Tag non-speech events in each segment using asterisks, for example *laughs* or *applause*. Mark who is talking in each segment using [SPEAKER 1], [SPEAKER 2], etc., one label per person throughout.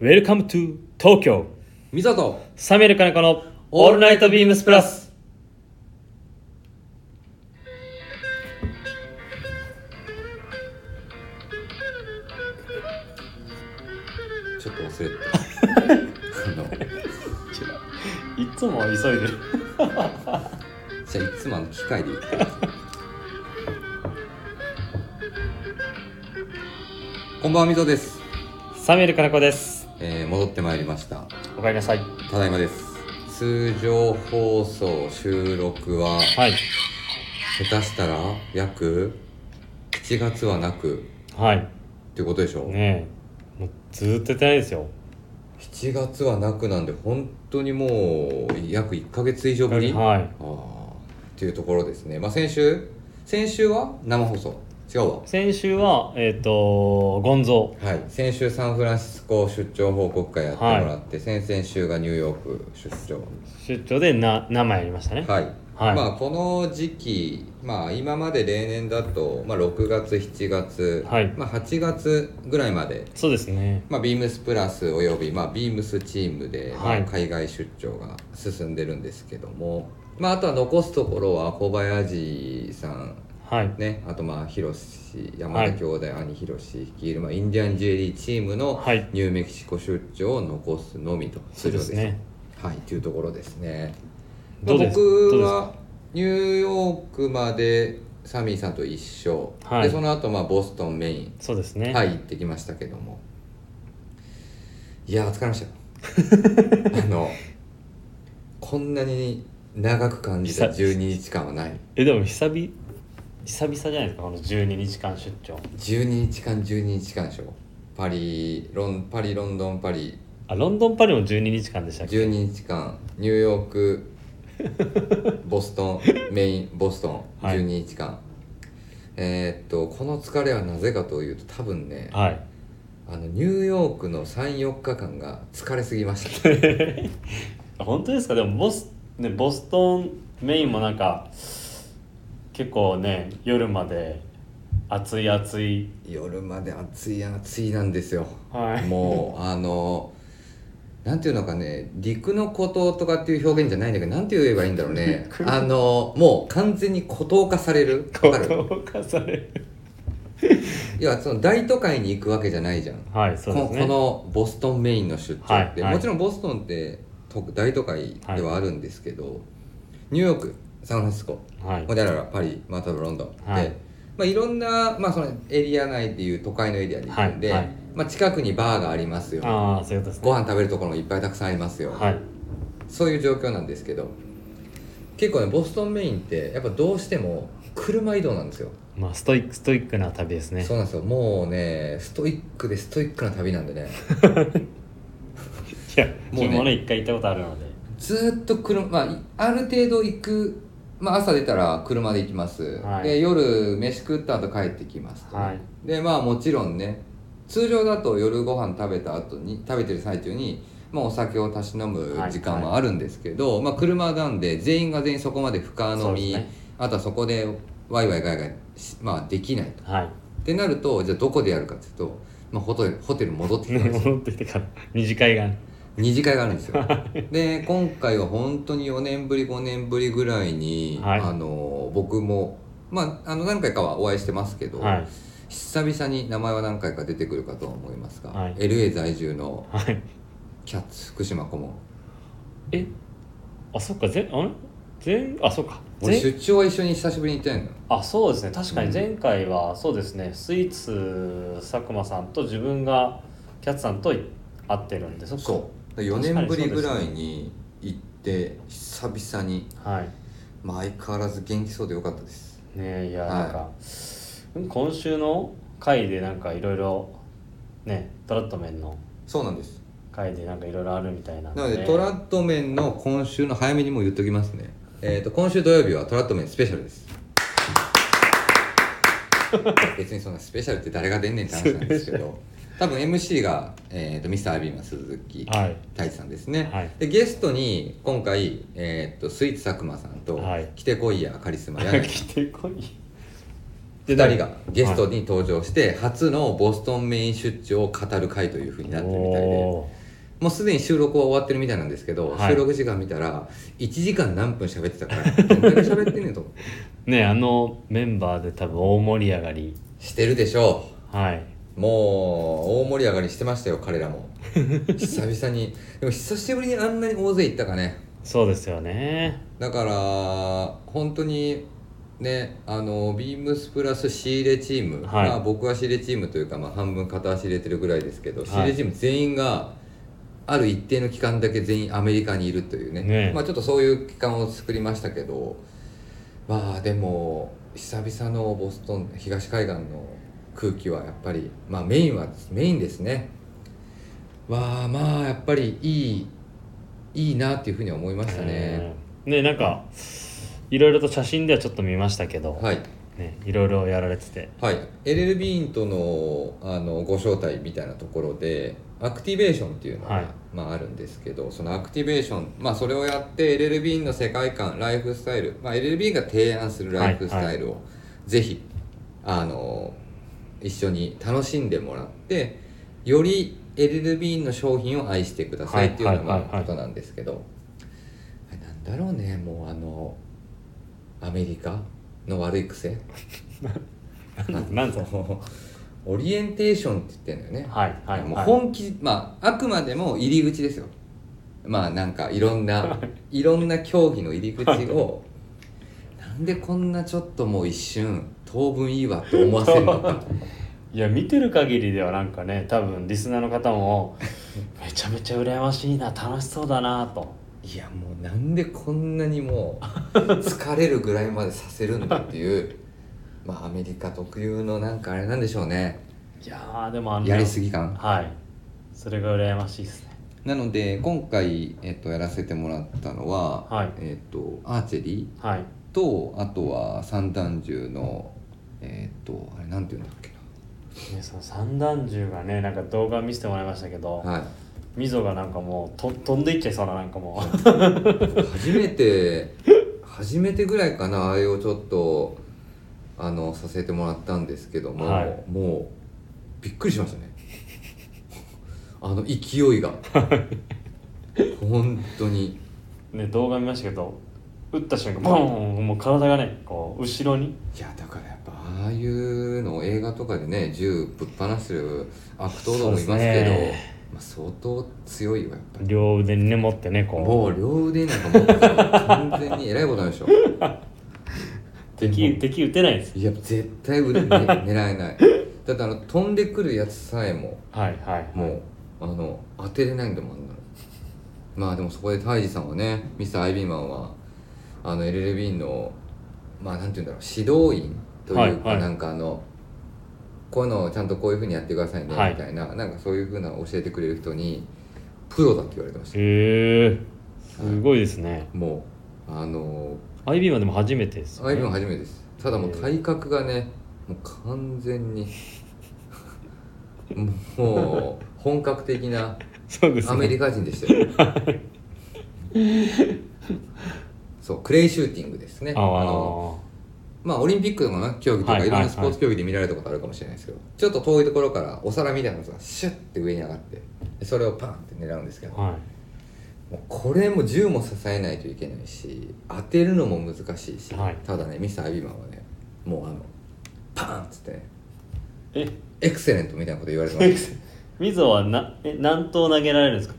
[SPEAKER 1] Welcome to 東京
[SPEAKER 2] ミサト
[SPEAKER 1] サミュエルカネコのオールナイトビームスプラス
[SPEAKER 2] ちょっと忘れてたあの
[SPEAKER 1] いつも急いでる
[SPEAKER 2] じゃあいつもあの機械で言ってますこんばんはミサです、
[SPEAKER 1] サミュエルカネコです
[SPEAKER 2] えー戻ってまいりました
[SPEAKER 1] おかえりなさい
[SPEAKER 2] ただいまです通常放送収録は
[SPEAKER 1] はい
[SPEAKER 2] 下手したら約7月はなく
[SPEAKER 1] はい
[SPEAKER 2] ってことでしょ、
[SPEAKER 1] ねえもうずーっとやってないですよ
[SPEAKER 2] 7月はなくなんで本当にもう約1ヶ月以上ぶり、
[SPEAKER 1] は
[SPEAKER 2] あーっていうところですね、まあ、先週先週は生放送違うわ
[SPEAKER 1] い先週はえっ、とゴンゾ
[SPEAKER 2] はい先週サンフランシスコ出張報告会やってもらって、先々週がニューヨーク出
[SPEAKER 1] ー
[SPEAKER 2] 張
[SPEAKER 1] 出張でな生やりましたね
[SPEAKER 2] はい、
[SPEAKER 1] はい
[SPEAKER 2] まあこの時期まあ今まで例年だと、まあ、6月7月、
[SPEAKER 1] はい
[SPEAKER 2] まあ、8月ぐらいまで
[SPEAKER 1] そうですね
[SPEAKER 2] まあ、ビームスプラスおよび、まあ、ビームスチームで、まあ
[SPEAKER 1] はい
[SPEAKER 2] 海外出張が進んでるんですけども、まあ、あとは残すところは小林さん、
[SPEAKER 1] はい
[SPEAKER 2] ね、あとまあ広志山田兄弟、兄広志率いる、まあ、インディアンジュエリーチームの
[SPEAKER 1] はい
[SPEAKER 2] ニューメキシコ出張を残すのみと
[SPEAKER 1] そうですね
[SPEAKER 2] はい、というところですね。ま
[SPEAKER 1] ど
[SPEAKER 2] あ、
[SPEAKER 1] うですどう
[SPEAKER 2] 僕
[SPEAKER 1] です
[SPEAKER 2] はニューヨークまでサミーさんと一緒、
[SPEAKER 1] はい
[SPEAKER 2] でその後まあボストンメイン
[SPEAKER 1] そうですね
[SPEAKER 2] はい行ってきましたけどもいやー疲れまし
[SPEAKER 1] *laughs*
[SPEAKER 2] たよあのこんなに長く感じた12日間はない
[SPEAKER 1] えでも久々久々じゃないですかこの12日間出張
[SPEAKER 2] 12日間12日間でしょパリロンパリロンドンパリ
[SPEAKER 1] あロンドンパリも12日間でしたっけ
[SPEAKER 2] 12日間ニューヨーク
[SPEAKER 1] *laughs*
[SPEAKER 2] ボストンメインボストン
[SPEAKER 1] はい
[SPEAKER 2] 12日間、えーっとこの疲れはなぜかというと多分ね
[SPEAKER 1] はい
[SPEAKER 2] あのニューヨークの34日間が疲れすぎまし
[SPEAKER 1] *laughs*
[SPEAKER 2] た
[SPEAKER 1] 本当ですかでもボス,、ね、ボストンメインもなんか結構ね夜まで暑い暑い
[SPEAKER 2] 夜まで暑い暑いなんですよ
[SPEAKER 1] はい
[SPEAKER 2] もうあのなんていうのかね陸の孤島とかっていう表現じゃないんだけどなんて言えばいいんだろうねあのもう完全に孤島化される
[SPEAKER 1] こ
[SPEAKER 2] わかる
[SPEAKER 1] とを重ねる
[SPEAKER 2] いやその大都会に行くわけじゃないじゃん、
[SPEAKER 1] はいそう
[SPEAKER 2] こ
[SPEAKER 1] で
[SPEAKER 2] の
[SPEAKER 1] す
[SPEAKER 2] こ
[SPEAKER 1] ね
[SPEAKER 2] のボストンメインの出張って、
[SPEAKER 1] はいはい
[SPEAKER 2] もちろんボストンってと大都会ではあるんですけど、ニューヨークサンフランシスコ
[SPEAKER 1] はい
[SPEAKER 2] モデララパリまたはロンドン、
[SPEAKER 1] はい
[SPEAKER 2] で、まあ、いろんな、まあ、そのエリア内でいう都会のエリアに行くんで、
[SPEAKER 1] はいはい
[SPEAKER 2] まあ、近くにバーがありますよ
[SPEAKER 1] ああそういうことですね
[SPEAKER 2] ご飯食べるところもいっぱいたくさんありますよ、
[SPEAKER 1] はい
[SPEAKER 2] そういう状況なんですけど結構ねボストンメインってやっぱどうしても車移動なんですよ、
[SPEAKER 1] まあストイックストイックな旅ですね
[SPEAKER 2] そうなんですよもうねストイックでストイックな旅なんでね
[SPEAKER 1] いや
[SPEAKER 2] もうね
[SPEAKER 1] 自分もね一回行ったことあるので
[SPEAKER 2] ずーっと車、まあい、ある程度行く、まあ、朝出たら車で行きます、
[SPEAKER 1] はい
[SPEAKER 2] で夜飯食った後帰ってきますとね、
[SPEAKER 1] はい
[SPEAKER 2] でまあもちろんね通常だと夜ご飯食べた後に食べてる最中に、まあ、お酒をたし飲む時間はあるんですけど、まあ、車なんで全員が全員そこまで深
[SPEAKER 1] そ
[SPEAKER 2] 飲
[SPEAKER 1] うで
[SPEAKER 2] み、
[SPEAKER 1] すね
[SPEAKER 2] あとはそこでワイワイガイガイし、まあ、できないと。
[SPEAKER 1] はい
[SPEAKER 2] ってなるとじゃあどこでやるかっていうと、まあ、ホテルホテル戻ってきたんですよ
[SPEAKER 1] 戻ってきてから二次会が
[SPEAKER 2] 二次会があるんですよで今回は本当に4年ぶり5年ぶりぐらいに、
[SPEAKER 1] はい
[SPEAKER 2] あの僕もまああの何回かはお会いしてますけど、
[SPEAKER 1] はい
[SPEAKER 2] 久々に名前は何回か出てくるかとは思いますが、
[SPEAKER 1] はい
[SPEAKER 2] LA 在住の
[SPEAKER 1] はい
[SPEAKER 2] キャッツ福島顧問
[SPEAKER 1] えあそっかぜあれ全あそっか
[SPEAKER 2] 俺
[SPEAKER 1] 全
[SPEAKER 2] 出張は一緒に久しぶりに行ったんの
[SPEAKER 1] あそうですね確か
[SPEAKER 2] う
[SPEAKER 1] に
[SPEAKER 2] ん
[SPEAKER 1] 前回はそうですね、スイーツ佐久間さんと自分がキャッツさんと会ってるんでそっか
[SPEAKER 2] そう4年ぶりぐらいに行って久々に、
[SPEAKER 1] はいね
[SPEAKER 2] まあ、相変わらず元気そうでよかったです
[SPEAKER 1] えいや
[SPEAKER 2] はい
[SPEAKER 1] なんか、今週の回でなんかいろいろねトラットメンの
[SPEAKER 2] そうなんです
[SPEAKER 1] 回でなんかいろいろあるみたいな
[SPEAKER 2] なのでトラットメンの今週の早めにもう言っときますねえっ、と今週土曜日はトラットメンスペシャルです
[SPEAKER 1] *laughs*
[SPEAKER 2] 別にそんなスペシャルって誰が出んねんって話なんですけど多分 MC が、えー、とミスタービーマ鈴木
[SPEAKER 1] はい
[SPEAKER 2] 太一さんですね、
[SPEAKER 1] はい
[SPEAKER 2] でゲストに今回、えー、とスイーツ佐久間さんと、
[SPEAKER 1] はい *laughs*
[SPEAKER 2] 来てこいやカリスマ柳
[SPEAKER 1] 来てこい
[SPEAKER 2] で2人がゲストに登場して初のボストンメイン出張を語る会というふうになってるみたいで
[SPEAKER 1] お
[SPEAKER 2] もうすでに収録は終わってるみたいなんですけど、
[SPEAKER 1] はい
[SPEAKER 2] 収録時間見たら1時間何分喋ってたからどんだけ喋ってんねんと
[SPEAKER 1] ーねあのメンバーで多分大盛り上がり
[SPEAKER 2] *laughs* してるでしょ
[SPEAKER 1] はい、
[SPEAKER 2] うもう大盛り上がりしてましたよ彼らも久々にでも久しぶりにあんなに大勢行ったかね
[SPEAKER 1] そうですよね
[SPEAKER 2] だから本当にねあのビームスプラス仕入れチーム、
[SPEAKER 1] はい
[SPEAKER 2] まあ、僕は仕入れチームというか、まあ、半分片足入れてるぐらいですけど、
[SPEAKER 1] い
[SPEAKER 2] 仕入れチーム全員がある一定の期間だけ全員アメリカにいるというね
[SPEAKER 1] ね
[SPEAKER 2] まあ、ちょっとそういう期間を作りましたけどまあでも久々のボストン東海岸の空気はやっぱり、まあ、メインはメインですねわあまあやっぱりいいいいなっていうふうには思いましたね。
[SPEAKER 1] うんねなんかいろいろと写真ではちょっと見ましたけど、
[SPEAKER 2] はい
[SPEAKER 1] ね、いろいろやられて *laughs* て
[SPEAKER 2] はい、LL ビーンとのあのご招待みたいなところでアクティベーションっていうのが、
[SPEAKER 1] はい
[SPEAKER 2] まあ、あるんですけどそのアクティベーション、まあ、それをやって LL ビーンの世界観ライフスタイル、まあ、LL ビーンが提案するライフスタイルを、ぜひあの一緒に楽しんでもらってより LL ビーンの商品を愛してくださいっていうようなま
[SPEAKER 1] はいはいはいは
[SPEAKER 2] あ
[SPEAKER 1] い
[SPEAKER 2] ことなんですけど、なんだろうねもうあのアメリカの悪い癖
[SPEAKER 1] なんぞ
[SPEAKER 2] オリエンテーションって言ってんだよね、
[SPEAKER 1] はいはい
[SPEAKER 2] もう
[SPEAKER 1] はい
[SPEAKER 2] 本気、まああくまでも入り口ですよまあなんかいろんないろんな競技の入り口をなんでこんなちょっともう一瞬当分いいわって思わせるのか
[SPEAKER 1] いや見てる限りではなんかね多分リスナーの方もめちゃめちゃ羨ましいな楽しそうだなと
[SPEAKER 2] いやもうなんでこんなにもう疲れるぐらいまでさせるんだっていうまあアメリカ特有のなんかあれなんでしょうね
[SPEAKER 1] いやーでもあの
[SPEAKER 2] やりすぎ感
[SPEAKER 1] はいそれが羨ましいですね
[SPEAKER 2] なので今回、えっと、やらせてもらったのは、
[SPEAKER 1] はい
[SPEAKER 2] えっと、アーチェリ
[SPEAKER 1] はい
[SPEAKER 2] ーとあとは三段銃のえっとあれなんて言うんだっけ
[SPEAKER 1] ねその三段銃がねなんか動画見せてもらいましたけど、
[SPEAKER 2] な、はい、
[SPEAKER 1] 溝がなんかもうと飛んでいっちゃいそうななんかもう
[SPEAKER 2] 初めて初めてぐらいかなあれをちょっとあのさせてもらったんですけども、
[SPEAKER 1] はい
[SPEAKER 2] もうびっくりし
[SPEAKER 1] *laughs*
[SPEAKER 2] ましたねあの勢いが本当に
[SPEAKER 1] *laughs* ね動画見ましたけど打った瞬間ボーンもう体がねこう後ろに
[SPEAKER 2] いやだからやっぱああいうのを映画とかでね銃ぶっ放してる悪党どもいますけ
[SPEAKER 1] そ
[SPEAKER 2] ど
[SPEAKER 1] うですね
[SPEAKER 2] まあ、相当強いよやっぱり
[SPEAKER 1] 両腕にね持ってねこ
[SPEAKER 2] もう両腕なんかもう完全に偉いことなんでしょ
[SPEAKER 1] う *laughs* 敵敵打てないです
[SPEAKER 2] いや絶対腕、ね、狙えないだってあの飛んでくるやつさえも
[SPEAKER 1] はいはい
[SPEAKER 2] もうあの当てれないんだもんあんなのまあでもそこで泰治さんはねミスターアイビーマンはあの LLB のまあなんて言うんだろう指導員というか、
[SPEAKER 1] はいはい
[SPEAKER 2] なんかあのこういうのをちゃんとこういうふうにやってくださいね、
[SPEAKER 1] はい
[SPEAKER 2] みたいななんかそういうふうなのを教えてくれる人にプロだって言われてました
[SPEAKER 1] へえすごいですね、
[SPEAKER 2] もうあの
[SPEAKER 1] IB はでも初めてですよ、ね、
[SPEAKER 2] アイビーマン初めてですただもう
[SPEAKER 1] へえ
[SPEAKER 2] 体格がねもう完全に *laughs* もう本格的な
[SPEAKER 1] そうですね
[SPEAKER 2] アメリカ人でした
[SPEAKER 1] *laughs*
[SPEAKER 2] よ。そうクレイシューティングですね。
[SPEAKER 1] あ
[SPEAKER 2] あの
[SPEAKER 1] あ
[SPEAKER 2] まあオリンピックの競技と
[SPEAKER 1] は
[SPEAKER 2] か
[SPEAKER 1] いはい
[SPEAKER 2] いろんなスポーツ競技で見られたことあるかもしれないですけど、ちょっと遠いところからお皿みたいなのがシュッて上に上がってでそれをパンって狙うんですけど、も
[SPEAKER 1] は
[SPEAKER 2] うこれも銃も支えないといけないし当てるのも難しいし、
[SPEAKER 1] はい
[SPEAKER 2] ただねミスター・アビーマンはねもうあのパーンっつってね
[SPEAKER 1] いえ
[SPEAKER 2] エクセレントみたいなこと言われてま
[SPEAKER 1] え *laughs*
[SPEAKER 2] す
[SPEAKER 1] みぞはなえ何投投げられるんですか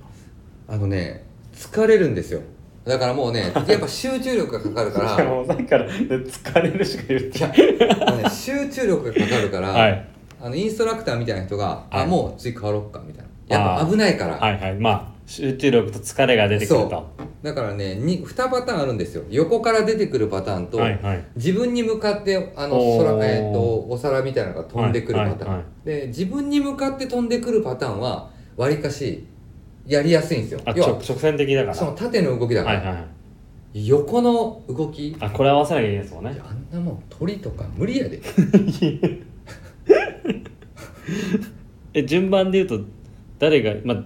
[SPEAKER 2] あのね疲れるんですよだからも
[SPEAKER 1] *laughs*
[SPEAKER 2] うねやっぱ集中力がかかるから
[SPEAKER 1] いやもうさっきから、ね、疲れるしか言って
[SPEAKER 2] い
[SPEAKER 1] な
[SPEAKER 2] や、
[SPEAKER 1] い
[SPEAKER 2] あのね、集中力がかかるから、
[SPEAKER 1] はい
[SPEAKER 2] あのインストラクターみたいな人が、
[SPEAKER 1] は
[SPEAKER 2] あ
[SPEAKER 1] い
[SPEAKER 2] もう次変わろうかみたいなやっぱ
[SPEAKER 1] あー
[SPEAKER 2] 危ないから、
[SPEAKER 1] はいはいまあ集中力と疲れが出てくる
[SPEAKER 2] そ
[SPEAKER 1] と
[SPEAKER 2] うだからね 2, パターンあるんですよ横から出てくるパターンと、
[SPEAKER 1] はいはい
[SPEAKER 2] 自分に向かってあの
[SPEAKER 1] おー
[SPEAKER 2] 空、えー、とお皿みたいなのが飛んでくるパター
[SPEAKER 1] は
[SPEAKER 2] ン、
[SPEAKER 1] いはいは
[SPEAKER 2] で自分に向かって飛んでくるパターンはわりかしやりやすいんですよ
[SPEAKER 1] あ
[SPEAKER 2] 要
[SPEAKER 1] 直
[SPEAKER 2] は
[SPEAKER 1] 直線的だから
[SPEAKER 2] その縦の動きだか
[SPEAKER 1] はい
[SPEAKER 2] ら、
[SPEAKER 1] はい
[SPEAKER 2] 横の動き
[SPEAKER 1] あこれ合わせなきゃいけないですもん
[SPEAKER 2] い
[SPEAKER 1] ね
[SPEAKER 2] やあんなもん鳥とか無理
[SPEAKER 1] *laughs*
[SPEAKER 2] やで
[SPEAKER 1] え順番で言うと誰がまあ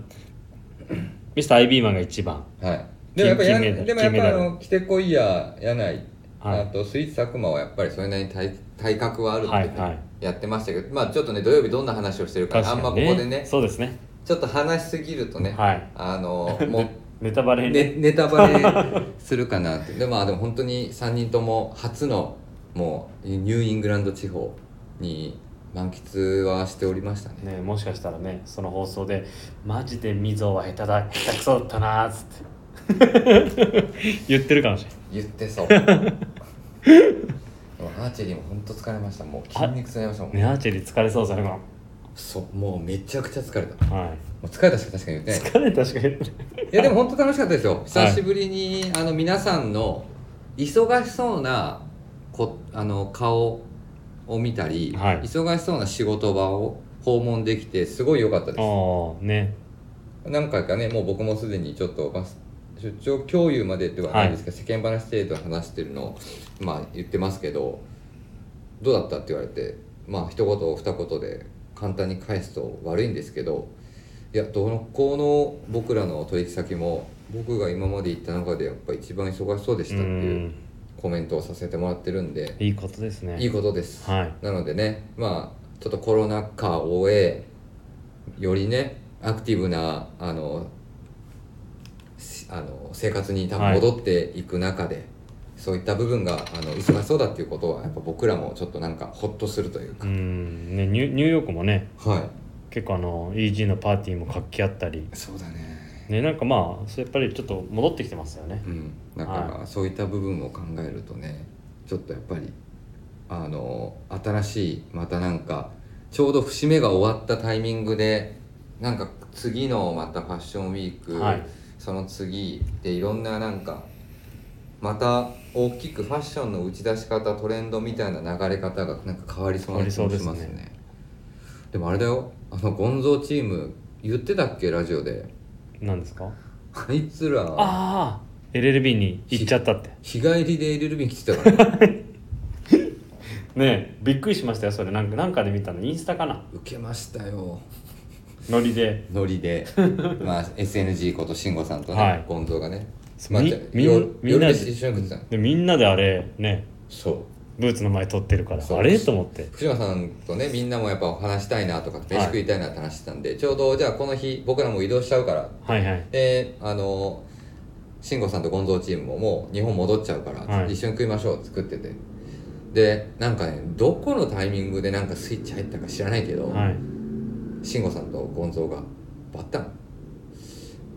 [SPEAKER 1] ミスターアイビーマンが一番
[SPEAKER 2] はい、で
[SPEAKER 1] 金
[SPEAKER 2] もやっぱ
[SPEAKER 1] 金
[SPEAKER 2] や
[SPEAKER 1] メダル
[SPEAKER 2] でもやっぱあ
[SPEAKER 1] 金メ
[SPEAKER 2] の着てこいややない、
[SPEAKER 1] はい
[SPEAKER 2] あとスイーツ佐久間はやっぱりそれなりに体体格はあるので、ね
[SPEAKER 1] はいはい
[SPEAKER 2] やってましたけどまあちょっとね土曜日どんな話をしてるかあんまここでね
[SPEAKER 1] そうですね
[SPEAKER 2] ちょっと話しすぎるとね、
[SPEAKER 1] はい *laughs*
[SPEAKER 2] あのもう
[SPEAKER 1] ねネタバレね
[SPEAKER 2] ね、ネタバレするかなってで,、まあ、でも本当に3人とも初のもうニューイングランド地方に満喫はしておりましたね
[SPEAKER 1] ねもしかしたらねその放送で「マジで溝は下手だ下手くそだったな」っつ
[SPEAKER 2] *laughs*
[SPEAKER 1] って言ってるかもしれない
[SPEAKER 2] 言っ
[SPEAKER 1] *laughs*
[SPEAKER 2] てそうでもアーチェリーも本当疲れましたもう筋肉痛になりましたもん
[SPEAKER 1] ねアーチェリー疲れそうですね今
[SPEAKER 2] そうもうめちゃくちゃ疲れたも
[SPEAKER 1] は
[SPEAKER 2] う疲れたしか確かに言って
[SPEAKER 1] い
[SPEAKER 2] ない
[SPEAKER 1] 疲れたしか言ってない
[SPEAKER 2] いやでも本当楽しかったですよ
[SPEAKER 1] はい
[SPEAKER 2] 久しぶりに、あの皆さんの忙しそうなこあの顔を見たり、
[SPEAKER 1] はい
[SPEAKER 2] 忙しそうな仕事場を訪問できてすごい良かったで
[SPEAKER 1] あ
[SPEAKER 2] す
[SPEAKER 1] あね
[SPEAKER 2] 何回かねもう僕もすでにちょっと、まあ出張共有までではないんですけど、世間話程度話してるのをまあ言ってますけどどうだったって言われてまあ一言二言で簡単に返すと悪いんですけどいやどのこの僕らの取引先も僕が今まで行った中でやっぱ一番忙しそうでした
[SPEAKER 1] う
[SPEAKER 2] っていうんコメントをさせてもらってるんで
[SPEAKER 1] いいことですね
[SPEAKER 2] いいことです、
[SPEAKER 1] はい
[SPEAKER 2] なのでねまあちょっとコロナ禍を終えよりねアクティブなあのしあの生活に多分
[SPEAKER 1] はい
[SPEAKER 2] 戻っていく中で、そういった部分があの忙しそうだっていうことはやっぱ僕らもちょっとなんかホッとするという
[SPEAKER 1] う
[SPEAKER 2] か、
[SPEAKER 1] んねニュニューヨークもね
[SPEAKER 2] は
[SPEAKER 1] 結構あの EG のパーティーも活気あったり
[SPEAKER 2] いそうだね
[SPEAKER 1] ねなんかまあそうやっぱりちょっと戻ってきてますよね
[SPEAKER 2] うんだから、そういった部分を考えるとねちょっとやっぱりあの新しいまたなんかちょうど節目が終わったタイミングでなんか次のまたファッションウィーク、
[SPEAKER 1] はい
[SPEAKER 2] その次でいろんななんかまた大きくファッションの打ち出し方トレンドみたいな流れ方がなんか変わりそうな気もし
[SPEAKER 1] 変わ
[SPEAKER 2] ま
[SPEAKER 1] り
[SPEAKER 2] す
[SPEAKER 1] そうです
[SPEAKER 2] ねでもあれだよあのゴンゾーチーム言ってたっけラジオで
[SPEAKER 1] なんですか
[SPEAKER 2] あいつら
[SPEAKER 1] ああ LLB に行っちゃったって
[SPEAKER 2] 日帰りでエリルビン来てたからね
[SPEAKER 1] ねえびっくりしましたよそれなんかなんかで見たのインスタかな
[SPEAKER 2] 受けましたよ
[SPEAKER 1] ノリで
[SPEAKER 2] ノリ
[SPEAKER 1] *laughs*
[SPEAKER 2] でまあ SNG こと慎吾さんとね、
[SPEAKER 1] はい
[SPEAKER 2] ゴンゾーがね
[SPEAKER 1] み
[SPEAKER 2] まあじゃあ
[SPEAKER 1] み
[SPEAKER 2] よ
[SPEAKER 1] みんなで
[SPEAKER 2] 夜飯一緒に食ってたの
[SPEAKER 1] でみんなであれね
[SPEAKER 2] そ
[SPEAKER 1] ブーツの前撮ってるから
[SPEAKER 2] そう
[SPEAKER 1] あれと思って
[SPEAKER 2] う福島さんとねみんなもやっぱ話したいなとか飯
[SPEAKER 1] はい
[SPEAKER 2] 食いたいなって話してたんで、ちょうどじゃあこの日僕らも移動しちゃうから
[SPEAKER 1] はいはい
[SPEAKER 2] であの慎吾さんとゴンゾーチームももう日本戻っちゃうから、
[SPEAKER 1] はい
[SPEAKER 2] 一緒に食いましょうって作っててでなんかねどこのタイミングでなんかスイッチ入ったか知らないけど、
[SPEAKER 1] はい
[SPEAKER 2] 慎吾さんとゴンゾーが「バッタン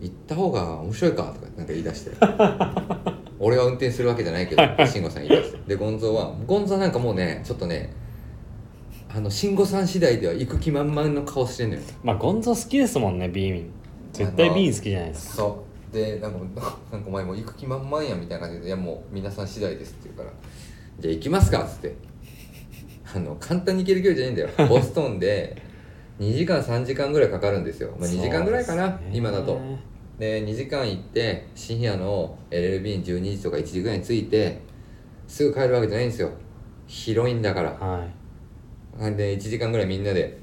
[SPEAKER 2] 行った方が面白いか」とかなんか言い出して俺は運転するわけじゃないけど慎吾さん言い出してでゴンゾーはゴンゾーなんかもうねちょっとねあの慎吾さん次第では行く気満々の顔してんのよ
[SPEAKER 1] まあゴンゾ好きですもんねビーミン絶対ビーン好きじゃないですか
[SPEAKER 2] そうでなんか *laughs* なんかお前もう行く気満々やみたいな感じで「いやもう皆さん次第です」って言うから「じゃあ行きますか」っつってあの簡単に行ける距離じゃないんだ
[SPEAKER 1] *laughs*
[SPEAKER 2] よボストンで2時間3時間ぐらいかかるんですよ、まあ、2時間ぐらいかな、
[SPEAKER 1] そうですね
[SPEAKER 2] 今だとで2時間行って深夜の LLB12 時とか1時ぐらいに着いてすぐ帰るわけじゃないんですよ広いんだから
[SPEAKER 1] はい
[SPEAKER 2] で1時間ぐらいみんなで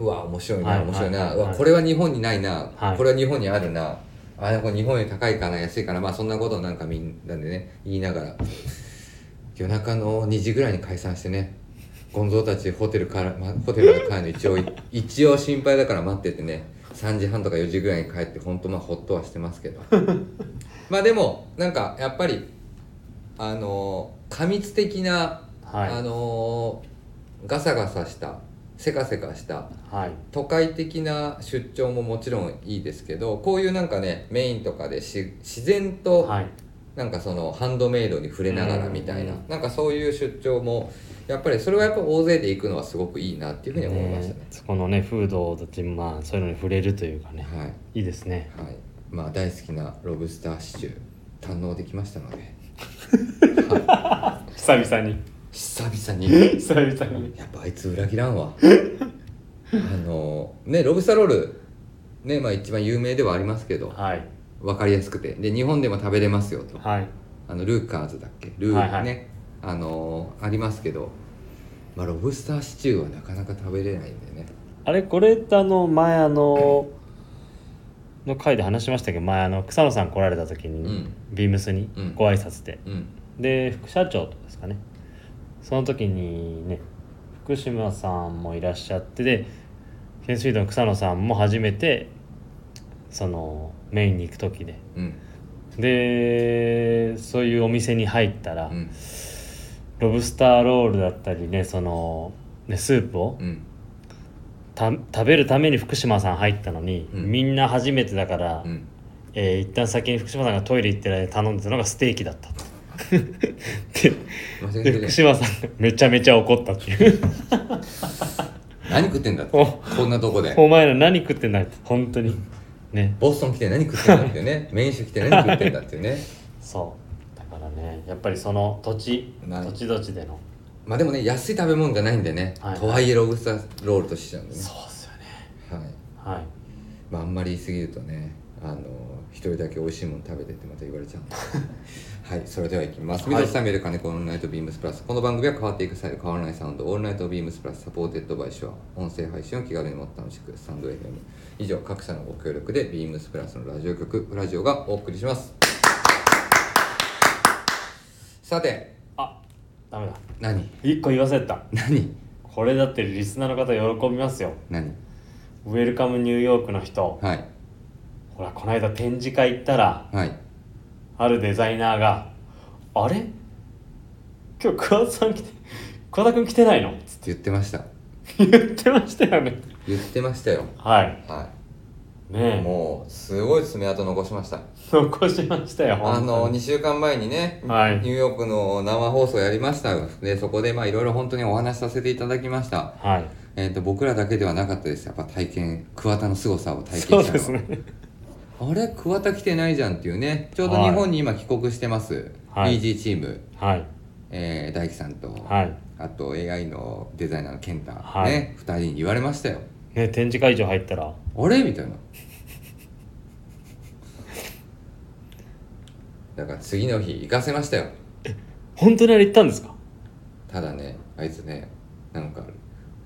[SPEAKER 2] うわ面白いな、
[SPEAKER 1] はい
[SPEAKER 2] 面白いな、
[SPEAKER 1] はいう
[SPEAKER 2] わ
[SPEAKER 1] はい
[SPEAKER 2] これは日本にないな、
[SPEAKER 1] はい
[SPEAKER 2] これは日本にあるなあれこれ日本より高いかな安いかなまあそんなことをなんかみんなでね言いながら夜中の2時ぐらいに解散してねゴンゾーたちホテルから、ま、ホテルから帰るの一応 *laughs* 一応心配だから待っててね3時半とか4時ぐらいに帰って本当まあほっとはしてま
[SPEAKER 1] *laughs*
[SPEAKER 2] すけどまあでもなんかやっぱりあの過密的な、
[SPEAKER 1] はい
[SPEAKER 2] あのガサガサしたせかせかした
[SPEAKER 1] はい
[SPEAKER 2] 都会的な出張ももちろんいいですけどこういうなんかねメインとかでし自然と
[SPEAKER 1] はい
[SPEAKER 2] なんかそのハンドメイドに触れながらみたいな、
[SPEAKER 1] うん
[SPEAKER 2] なんかそういう出張もやっぱりそれはやっぱ大勢で行くのはすごくいいなっていうふうに思いましたね
[SPEAKER 1] ねそこのね風土たちまあそういうのに触れるというかね
[SPEAKER 2] はい
[SPEAKER 1] いいですね
[SPEAKER 2] はいまあ大好きなロブスターシチュー堪能できましたので
[SPEAKER 1] 久々に
[SPEAKER 2] 久
[SPEAKER 1] *laughs*
[SPEAKER 2] 々に
[SPEAKER 1] 久々
[SPEAKER 2] *laughs*
[SPEAKER 1] に
[SPEAKER 2] やっぱあいつ裏切らんわ *laughs* あのねロブスターロールねまあ一番有名ではありますけど
[SPEAKER 1] はい
[SPEAKER 2] 分かりやすくてで日本でも食べれますよと
[SPEAKER 1] はい
[SPEAKER 2] あのルーカーズだっけルー、
[SPEAKER 1] はいはい
[SPEAKER 2] ねあのーありますけど、まあ、ロブスターシチューはなかなか食べれないんでね
[SPEAKER 1] あれこれってあの前あのの回で話しましたけど前あの草野さん来られた時に、
[SPEAKER 2] うん
[SPEAKER 1] ビームスに
[SPEAKER 2] うん
[SPEAKER 1] ご挨拶で、
[SPEAKER 2] うん
[SPEAKER 1] で副社長とですかねその時にね福島さんもいらっしゃってでケンスフィードの草野さんも初めてそのメインに行く時で
[SPEAKER 2] うん
[SPEAKER 1] でそういうお店に入ったら、
[SPEAKER 2] うん
[SPEAKER 1] ロブスターロールだったりねそのねスープを
[SPEAKER 2] うん
[SPEAKER 1] た食べるために福島さん入ったのに、
[SPEAKER 2] うん
[SPEAKER 1] みんな初めてだから、
[SPEAKER 2] うん
[SPEAKER 1] えー一旦先に福島さんがトイレ行ってる間に頼んでたのがステーキだった
[SPEAKER 2] *laughs*
[SPEAKER 1] って。
[SPEAKER 2] 間
[SPEAKER 1] で
[SPEAKER 2] 違
[SPEAKER 1] で
[SPEAKER 2] えて
[SPEAKER 1] 福 *laughs*
[SPEAKER 2] ね
[SPEAKER 1] 島さんがめちゃめちゃ怒ったっていう
[SPEAKER 2] *laughs* 何食ってんだって
[SPEAKER 1] お
[SPEAKER 2] こんなとこで
[SPEAKER 1] 「お前ら何食ってんだ」って本当にね
[SPEAKER 2] ボストン来て何食ってんだっていうね *laughs* メイン州来て何食ってんだっていうね
[SPEAKER 1] そうだからねやっぱりその土地
[SPEAKER 2] ない
[SPEAKER 1] 土地土地での
[SPEAKER 2] まあでもね安い食べ物じゃないんでね、
[SPEAKER 1] はい
[SPEAKER 2] とはいえロブスターロールとしちゃうんでね
[SPEAKER 1] そうっすよね
[SPEAKER 2] はい
[SPEAKER 1] はい
[SPEAKER 2] まああんまり言い過ぎるとねあの一人だけ美味しいもの食べてってまた言われち
[SPEAKER 1] *laughs*
[SPEAKER 2] ゃうんではいそれではいきます「
[SPEAKER 1] はい
[SPEAKER 2] 水戸さん見る金子のオールナイトビームスプラス」この番組は変わっていく際変わらないサウンド「オールナイトビームスプラス」サポーテッドバイショア音声配信を気軽にもっと楽しくサンド FM 以上各社のご協力でビームスプラスのラジオ局ラジオがお送りしますさて
[SPEAKER 1] あダメだ
[SPEAKER 2] 何
[SPEAKER 1] 一個言わせた
[SPEAKER 2] 何
[SPEAKER 1] これだってリスナーの方喜びますよ
[SPEAKER 2] 何
[SPEAKER 1] ウェルカムニューヨークの人
[SPEAKER 2] はい
[SPEAKER 1] ほらこの間展示会行ったら
[SPEAKER 2] はい
[SPEAKER 1] あるデザイナーが「あれ今日桑田さん来て桑田君来てないの?」つっ
[SPEAKER 2] 言ってました
[SPEAKER 1] て言ってましたよね
[SPEAKER 2] 言ってましたよ
[SPEAKER 1] はい
[SPEAKER 2] は
[SPEAKER 1] ね
[SPEAKER 2] い
[SPEAKER 1] え
[SPEAKER 2] もうすごい爪痕残しました
[SPEAKER 1] 残しましたよ
[SPEAKER 2] あの
[SPEAKER 1] 本
[SPEAKER 2] 2週間前にね、
[SPEAKER 1] はい
[SPEAKER 2] ニューヨークの生放送やりましたでそこでまあいろいろ本当にお話しさせていただきました、
[SPEAKER 1] 当にはい
[SPEAKER 2] えー、と僕らだけではなかったですやっぱ体験桑田の凄さを体験したの
[SPEAKER 1] そ
[SPEAKER 2] は
[SPEAKER 1] うですね
[SPEAKER 2] あれ桑田来てないじゃんっていうねちょうど日本に今帰国してます、
[SPEAKER 1] はい
[SPEAKER 2] EG チーム、
[SPEAKER 1] はい
[SPEAKER 2] えー大樹さんと、
[SPEAKER 1] はい
[SPEAKER 2] あと AI のデザイナーの健太、
[SPEAKER 1] はい
[SPEAKER 2] ね2人に言われましたよ
[SPEAKER 1] ね展示会場入ったら
[SPEAKER 2] あれみたいなだから次の日行かせましたよ
[SPEAKER 1] 本当にあれ行ったんですか
[SPEAKER 2] ただねあいつねなんか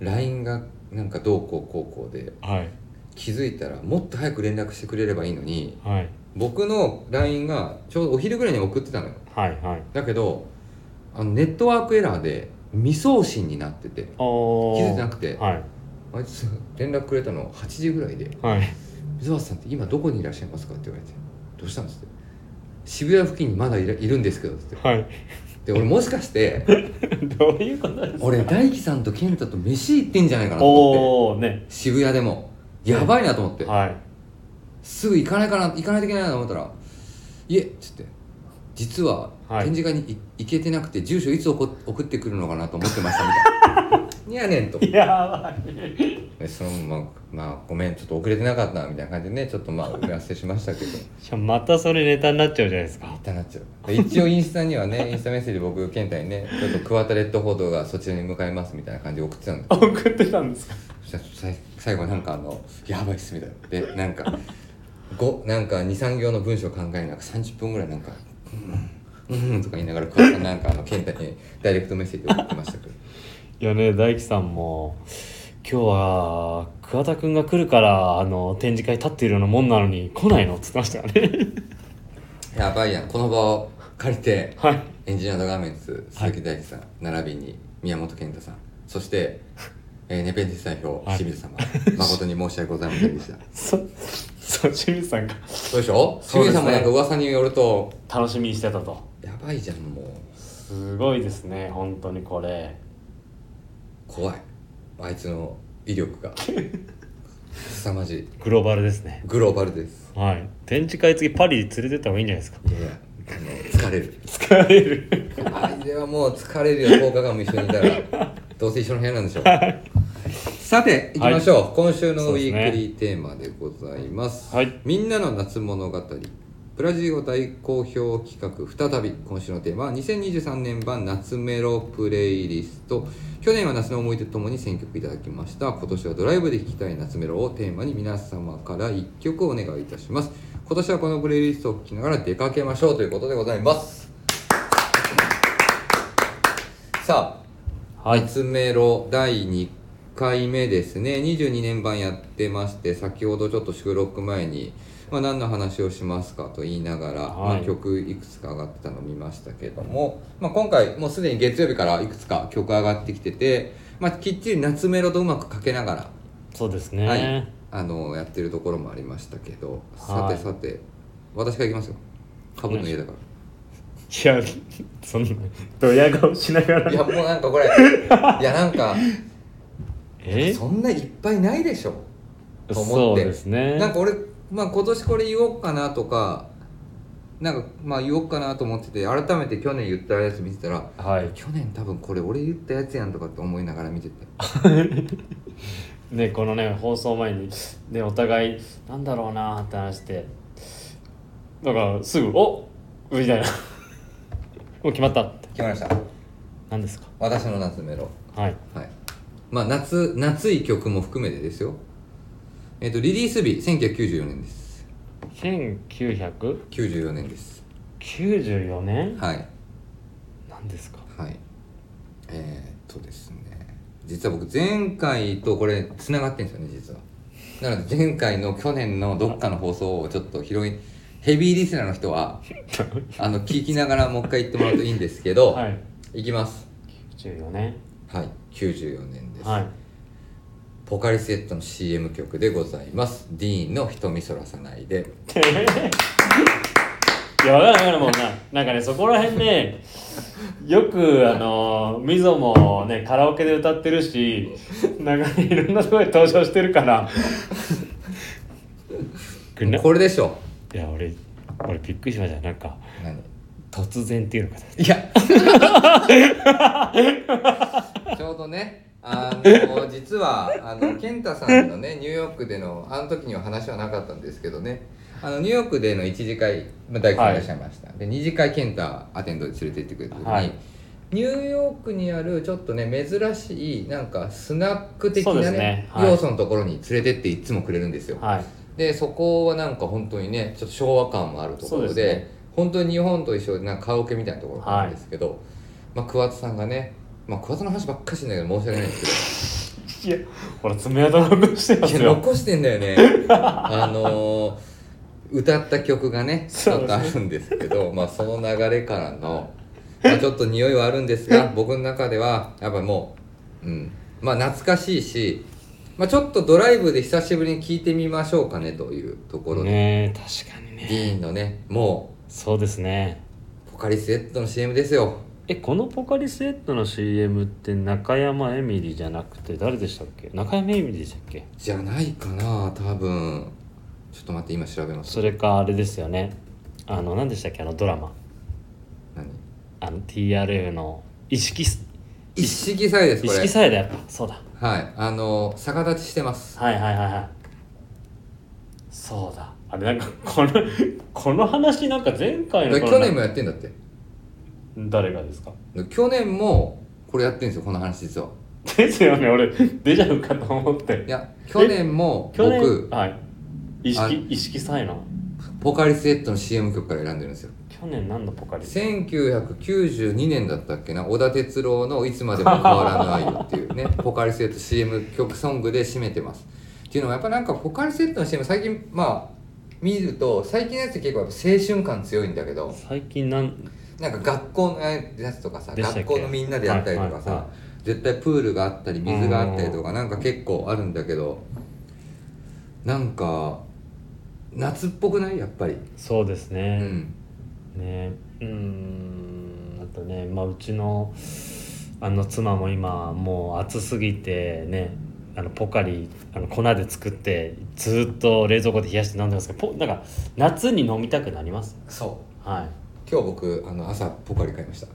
[SPEAKER 2] LINE がなんかどうこうこうこうで
[SPEAKER 1] はい
[SPEAKER 2] 気づいたらもっと早く連絡してくれればいいのに
[SPEAKER 1] はい
[SPEAKER 2] 僕の LINE がちょうどお昼ぐらいに送ってたのよ
[SPEAKER 1] はいはい
[SPEAKER 2] だけどあのネットワークエラーで未送信になってて
[SPEAKER 1] おー
[SPEAKER 2] 気づいてなくて
[SPEAKER 1] はい
[SPEAKER 2] あいつ連絡くれたの8時ぐらいで
[SPEAKER 1] はい
[SPEAKER 2] 「水橋さんって今どこにいらっしゃいますか?」って言われて「どうしたんです?」って「渋谷付近にまだいらいるんですけど」って
[SPEAKER 1] はい
[SPEAKER 2] で俺もしかして
[SPEAKER 1] *laughs* どういうことですか
[SPEAKER 2] 俺大樹さんと健太と飯行ってんじゃないかなと思って。
[SPEAKER 1] おおね
[SPEAKER 2] 渋谷でもやばいなと思って、
[SPEAKER 1] はい
[SPEAKER 2] すぐ行かないかな行かないといけないなと思ったら「いえ」っつって「実は
[SPEAKER 1] はい
[SPEAKER 2] 展示会にい行けてなくて住所いつ送送ってくるのかなと思ってました」み
[SPEAKER 1] *laughs*
[SPEAKER 2] たいな「いやねん」と思っ
[SPEAKER 1] やば
[SPEAKER 2] てそのまま「まあごめんちょっと遅れてなかった」みたいな感じでねちょっとまあ打ち合わせしましたけど
[SPEAKER 1] いしかもまたそれネタになっちゃうじゃないですか
[SPEAKER 2] 痛なっちゃうで一応インスタにはねインスタメッセージ僕健太にね「ちょっと桑田レッド報道がそちらに向かいます」みたいな感じで送ってたんです
[SPEAKER 1] 送ってたんですか
[SPEAKER 2] そしたらさい最後なんかあの「やばいっす」みたいなでなんかごなんか23行の文章を考えながら30分ぐらいなんか「うん」うん、とか言いながら桑田さんなんかあの健太にダイレクトメッセージ送ってましたけど
[SPEAKER 1] いやね大樹さんも今日は桑田君が来るからあの展示会立っているようなもんなのに来ないのって言ってましたよね
[SPEAKER 2] やばいやんこの場を借りて
[SPEAKER 1] *laughs* はい
[SPEAKER 2] エンジニアードガーメンツ鈴木大地さん、並びに宮本健太さんそ *laughs* して、えーネペンティス代表
[SPEAKER 1] はい
[SPEAKER 2] 清水様、誠に申し訳ございませんで *laughs* した
[SPEAKER 1] そそう清水さんが
[SPEAKER 2] どうでしょう
[SPEAKER 1] そう
[SPEAKER 2] 清
[SPEAKER 1] ですね
[SPEAKER 2] 水さんもなんか噂によると
[SPEAKER 1] 楽しみにしてたと
[SPEAKER 2] やばいじゃんもう
[SPEAKER 1] すごいですね本当にこれ
[SPEAKER 2] 怖いあいつの威力 *laughs* が凄まじい
[SPEAKER 1] グローバルですね
[SPEAKER 2] グローバルです
[SPEAKER 1] はい展示会次パリ連れてった方がいいんじゃないですか
[SPEAKER 2] いやいやあの疲れる
[SPEAKER 1] 疲れる
[SPEAKER 2] あれはもう疲れるよ10日間も一緒にいたらどうせ一緒の部屋なん *laughs* でしょうさて行きましょう、今週のウィークリーテーマでございます
[SPEAKER 1] はい
[SPEAKER 2] みんなの夏物語ブラジル語大好評企画再び今週のテーマは2023年版夏メロプレイリスト去年は夏の思い出とともに選曲いただきました今年はドライブで聴きたい夏メロをテーマに皆様から1曲お願いいたします今年はこのプレイリストを聴きながら出かけましょうということでございますさあ、
[SPEAKER 1] はい
[SPEAKER 2] 夏メロ第2回目ですね22年版やってまして先ほどちょっと収録前に、まあ、何の話をしますかと言いながら、
[SPEAKER 1] はい
[SPEAKER 2] まあ、曲いくつか上がってたの見ましたけども、まあ、今回もうすでに月曜日からいくつか曲上がってきてて、まあ、きっちり夏メロとうまくかけながら
[SPEAKER 1] そうですね、
[SPEAKER 2] はいあのやってるところもありましたけど、
[SPEAKER 1] はい
[SPEAKER 2] さてさて私からいきますよかぶの家だから。
[SPEAKER 1] いやそんなドヤ顔しなが
[SPEAKER 2] いや
[SPEAKER 1] ら
[SPEAKER 2] もうなんかこれいやなんか
[SPEAKER 1] *laughs* え
[SPEAKER 2] そんないっぱいないでしょと思
[SPEAKER 1] そ
[SPEAKER 2] っ
[SPEAKER 1] う
[SPEAKER 2] て
[SPEAKER 1] ですね
[SPEAKER 2] なんか俺、まあ、今年これ言おうかなとかなんかまあ言おうかなと思ってて改めて去年言ったやつ見てたら
[SPEAKER 1] はい
[SPEAKER 2] 去年多分これ俺言ったやつやんとかって思いながら見てて
[SPEAKER 1] ねこのね放送前にでお互いなんだろうなーって話してだからすぐ「おみたいな *laughs* 「もう決まった」って
[SPEAKER 2] 決まりました
[SPEAKER 1] 何ですか
[SPEAKER 2] 私の夏メロ
[SPEAKER 1] はい
[SPEAKER 2] はいまあ夏夏い曲も含めてですよえっ、とリリース日1994年です
[SPEAKER 1] 1994
[SPEAKER 2] 94年です
[SPEAKER 1] 年
[SPEAKER 2] はい
[SPEAKER 1] 何ですか
[SPEAKER 2] はいえー、っとですね実は僕前回とこれつながってんですよね実はなので前回の去年のどっかの放送をちょっと拾いヘビーリスナーの人はあの聞きながらもう一回言ってもらうといいんですけど、
[SPEAKER 1] はい
[SPEAKER 2] い、きます
[SPEAKER 1] 94年
[SPEAKER 2] はい94年です、
[SPEAKER 1] はい
[SPEAKER 2] ポカリスエットの CM 曲でございますディーンの瞳そらさないで
[SPEAKER 1] いや分からん分からんもうななんかねそこら辺ねよくあのみぞもねカラオケで歌ってるしなんかいろんなところで登場してるからこれな
[SPEAKER 2] これでしょ
[SPEAKER 1] いや俺俺びっくりしましたなんか
[SPEAKER 2] 何
[SPEAKER 1] 突然っていうのかない
[SPEAKER 2] や *laughs* ちょうどねあの実はあの健太さんのねニューヨークでのあの時には話はなかったんですけどねあのニューヨークでの一次会、まあ、大工さんいらっしゃいました、で二次会健太アテンドで連れて行ってくれた時に、
[SPEAKER 1] はい
[SPEAKER 2] ニューヨークにあるちょっとね珍しいなんかスナック的な
[SPEAKER 1] そう
[SPEAKER 2] ね
[SPEAKER 1] ですねはい
[SPEAKER 2] 要素のところに連れてっていつもくれるんですよ、
[SPEAKER 1] はい
[SPEAKER 2] でそこはなんか本当にねちょっと昭和感もあるところで
[SPEAKER 1] そうですね
[SPEAKER 2] 本当に日本と一緒でなんかカラオケみたいなところなんですけど、まあ、桑田さんがね、まあ、桑田の話ばっかりしてんだけど申し訳ないんです
[SPEAKER 1] いやほら爪痕残してます
[SPEAKER 2] けどいや
[SPEAKER 1] よ
[SPEAKER 2] 残してんだよね
[SPEAKER 1] *laughs*
[SPEAKER 2] あのー歌った曲がねち
[SPEAKER 1] そ
[SPEAKER 2] ょ
[SPEAKER 1] う
[SPEAKER 2] っ
[SPEAKER 1] ですね
[SPEAKER 2] とあるんですけどまあ、その流れからの、まあ、ちょっと匂いはあるんで
[SPEAKER 1] *laughs*
[SPEAKER 2] すが僕の中ではやっぱもう、うん、まあ懐かしいし、まあ、ちょっとドライブで久しぶりに聴いてみましょうかねというところで。
[SPEAKER 1] ねえ確かに
[SPEAKER 2] デ
[SPEAKER 1] ね
[SPEAKER 2] ィーンのねも
[SPEAKER 1] そうですね
[SPEAKER 2] うポカリスエットの CM ですよ
[SPEAKER 1] えこのポカリスエットの CM って中山エミリじゃなくて誰でしたっけ中山エミリでしたっけ
[SPEAKER 2] じゃないかな多分ちょっと待って今調べます
[SPEAKER 1] それかあれですよねあの何でしたっけあのドラマ
[SPEAKER 2] 何
[SPEAKER 1] あの TRF の意識
[SPEAKER 2] 一色祭です
[SPEAKER 1] 意
[SPEAKER 2] こ
[SPEAKER 1] 識
[SPEAKER 2] れ
[SPEAKER 1] さえだやっぱそうだ
[SPEAKER 2] はいあの逆立ちしてます
[SPEAKER 1] はいはいはいはいそうだあれなんかこのこの話なんか前回の
[SPEAKER 2] で
[SPEAKER 1] この
[SPEAKER 2] 去年もやってんだって
[SPEAKER 1] 誰がですか
[SPEAKER 2] で去年もこれやってんですよこの話実は
[SPEAKER 1] ですよね俺出ちゃうかと思って
[SPEAKER 2] いや去年も
[SPEAKER 1] 去年
[SPEAKER 2] 僕
[SPEAKER 1] はい意
[SPEAKER 2] あ
[SPEAKER 1] 識意識さえの
[SPEAKER 2] ポカリスエットの CM 曲から選んでるんですよ
[SPEAKER 1] 去年何のポカリス
[SPEAKER 2] 1992年だったっけな小田哲郎の「いつまでも変わらぬ愛よ」っていうね *laughs* ポカリスエット CM 曲ソングで締めてますっていうのはやっぱなんかポカリスエットの CM 最近まあ見ると最近のやつ結構やっぱ青春感強いんだけど
[SPEAKER 1] 最近なん
[SPEAKER 2] なんか学校のやつとかさ
[SPEAKER 1] でしたっけ
[SPEAKER 2] 学校のみんなでやったりとかさ、
[SPEAKER 1] はいはいは
[SPEAKER 2] 絶対プールがあったり水があったりとかなんか結構あるんだけどなんか夏っぽくないやっぱり
[SPEAKER 1] そうです
[SPEAKER 2] う
[SPEAKER 1] ね、
[SPEAKER 2] ん
[SPEAKER 1] ねうーんあとね、まあ、うちのあの妻も今もう暑すぎてねあのポカリあの粉で作ってずっと冷蔵庫で冷やして飲んでますけどポなんか夏に飲みたくなります
[SPEAKER 2] そう
[SPEAKER 1] は
[SPEAKER 2] 今日僕あの朝ポカリ買い
[SPEAKER 1] *laughs*
[SPEAKER 2] ました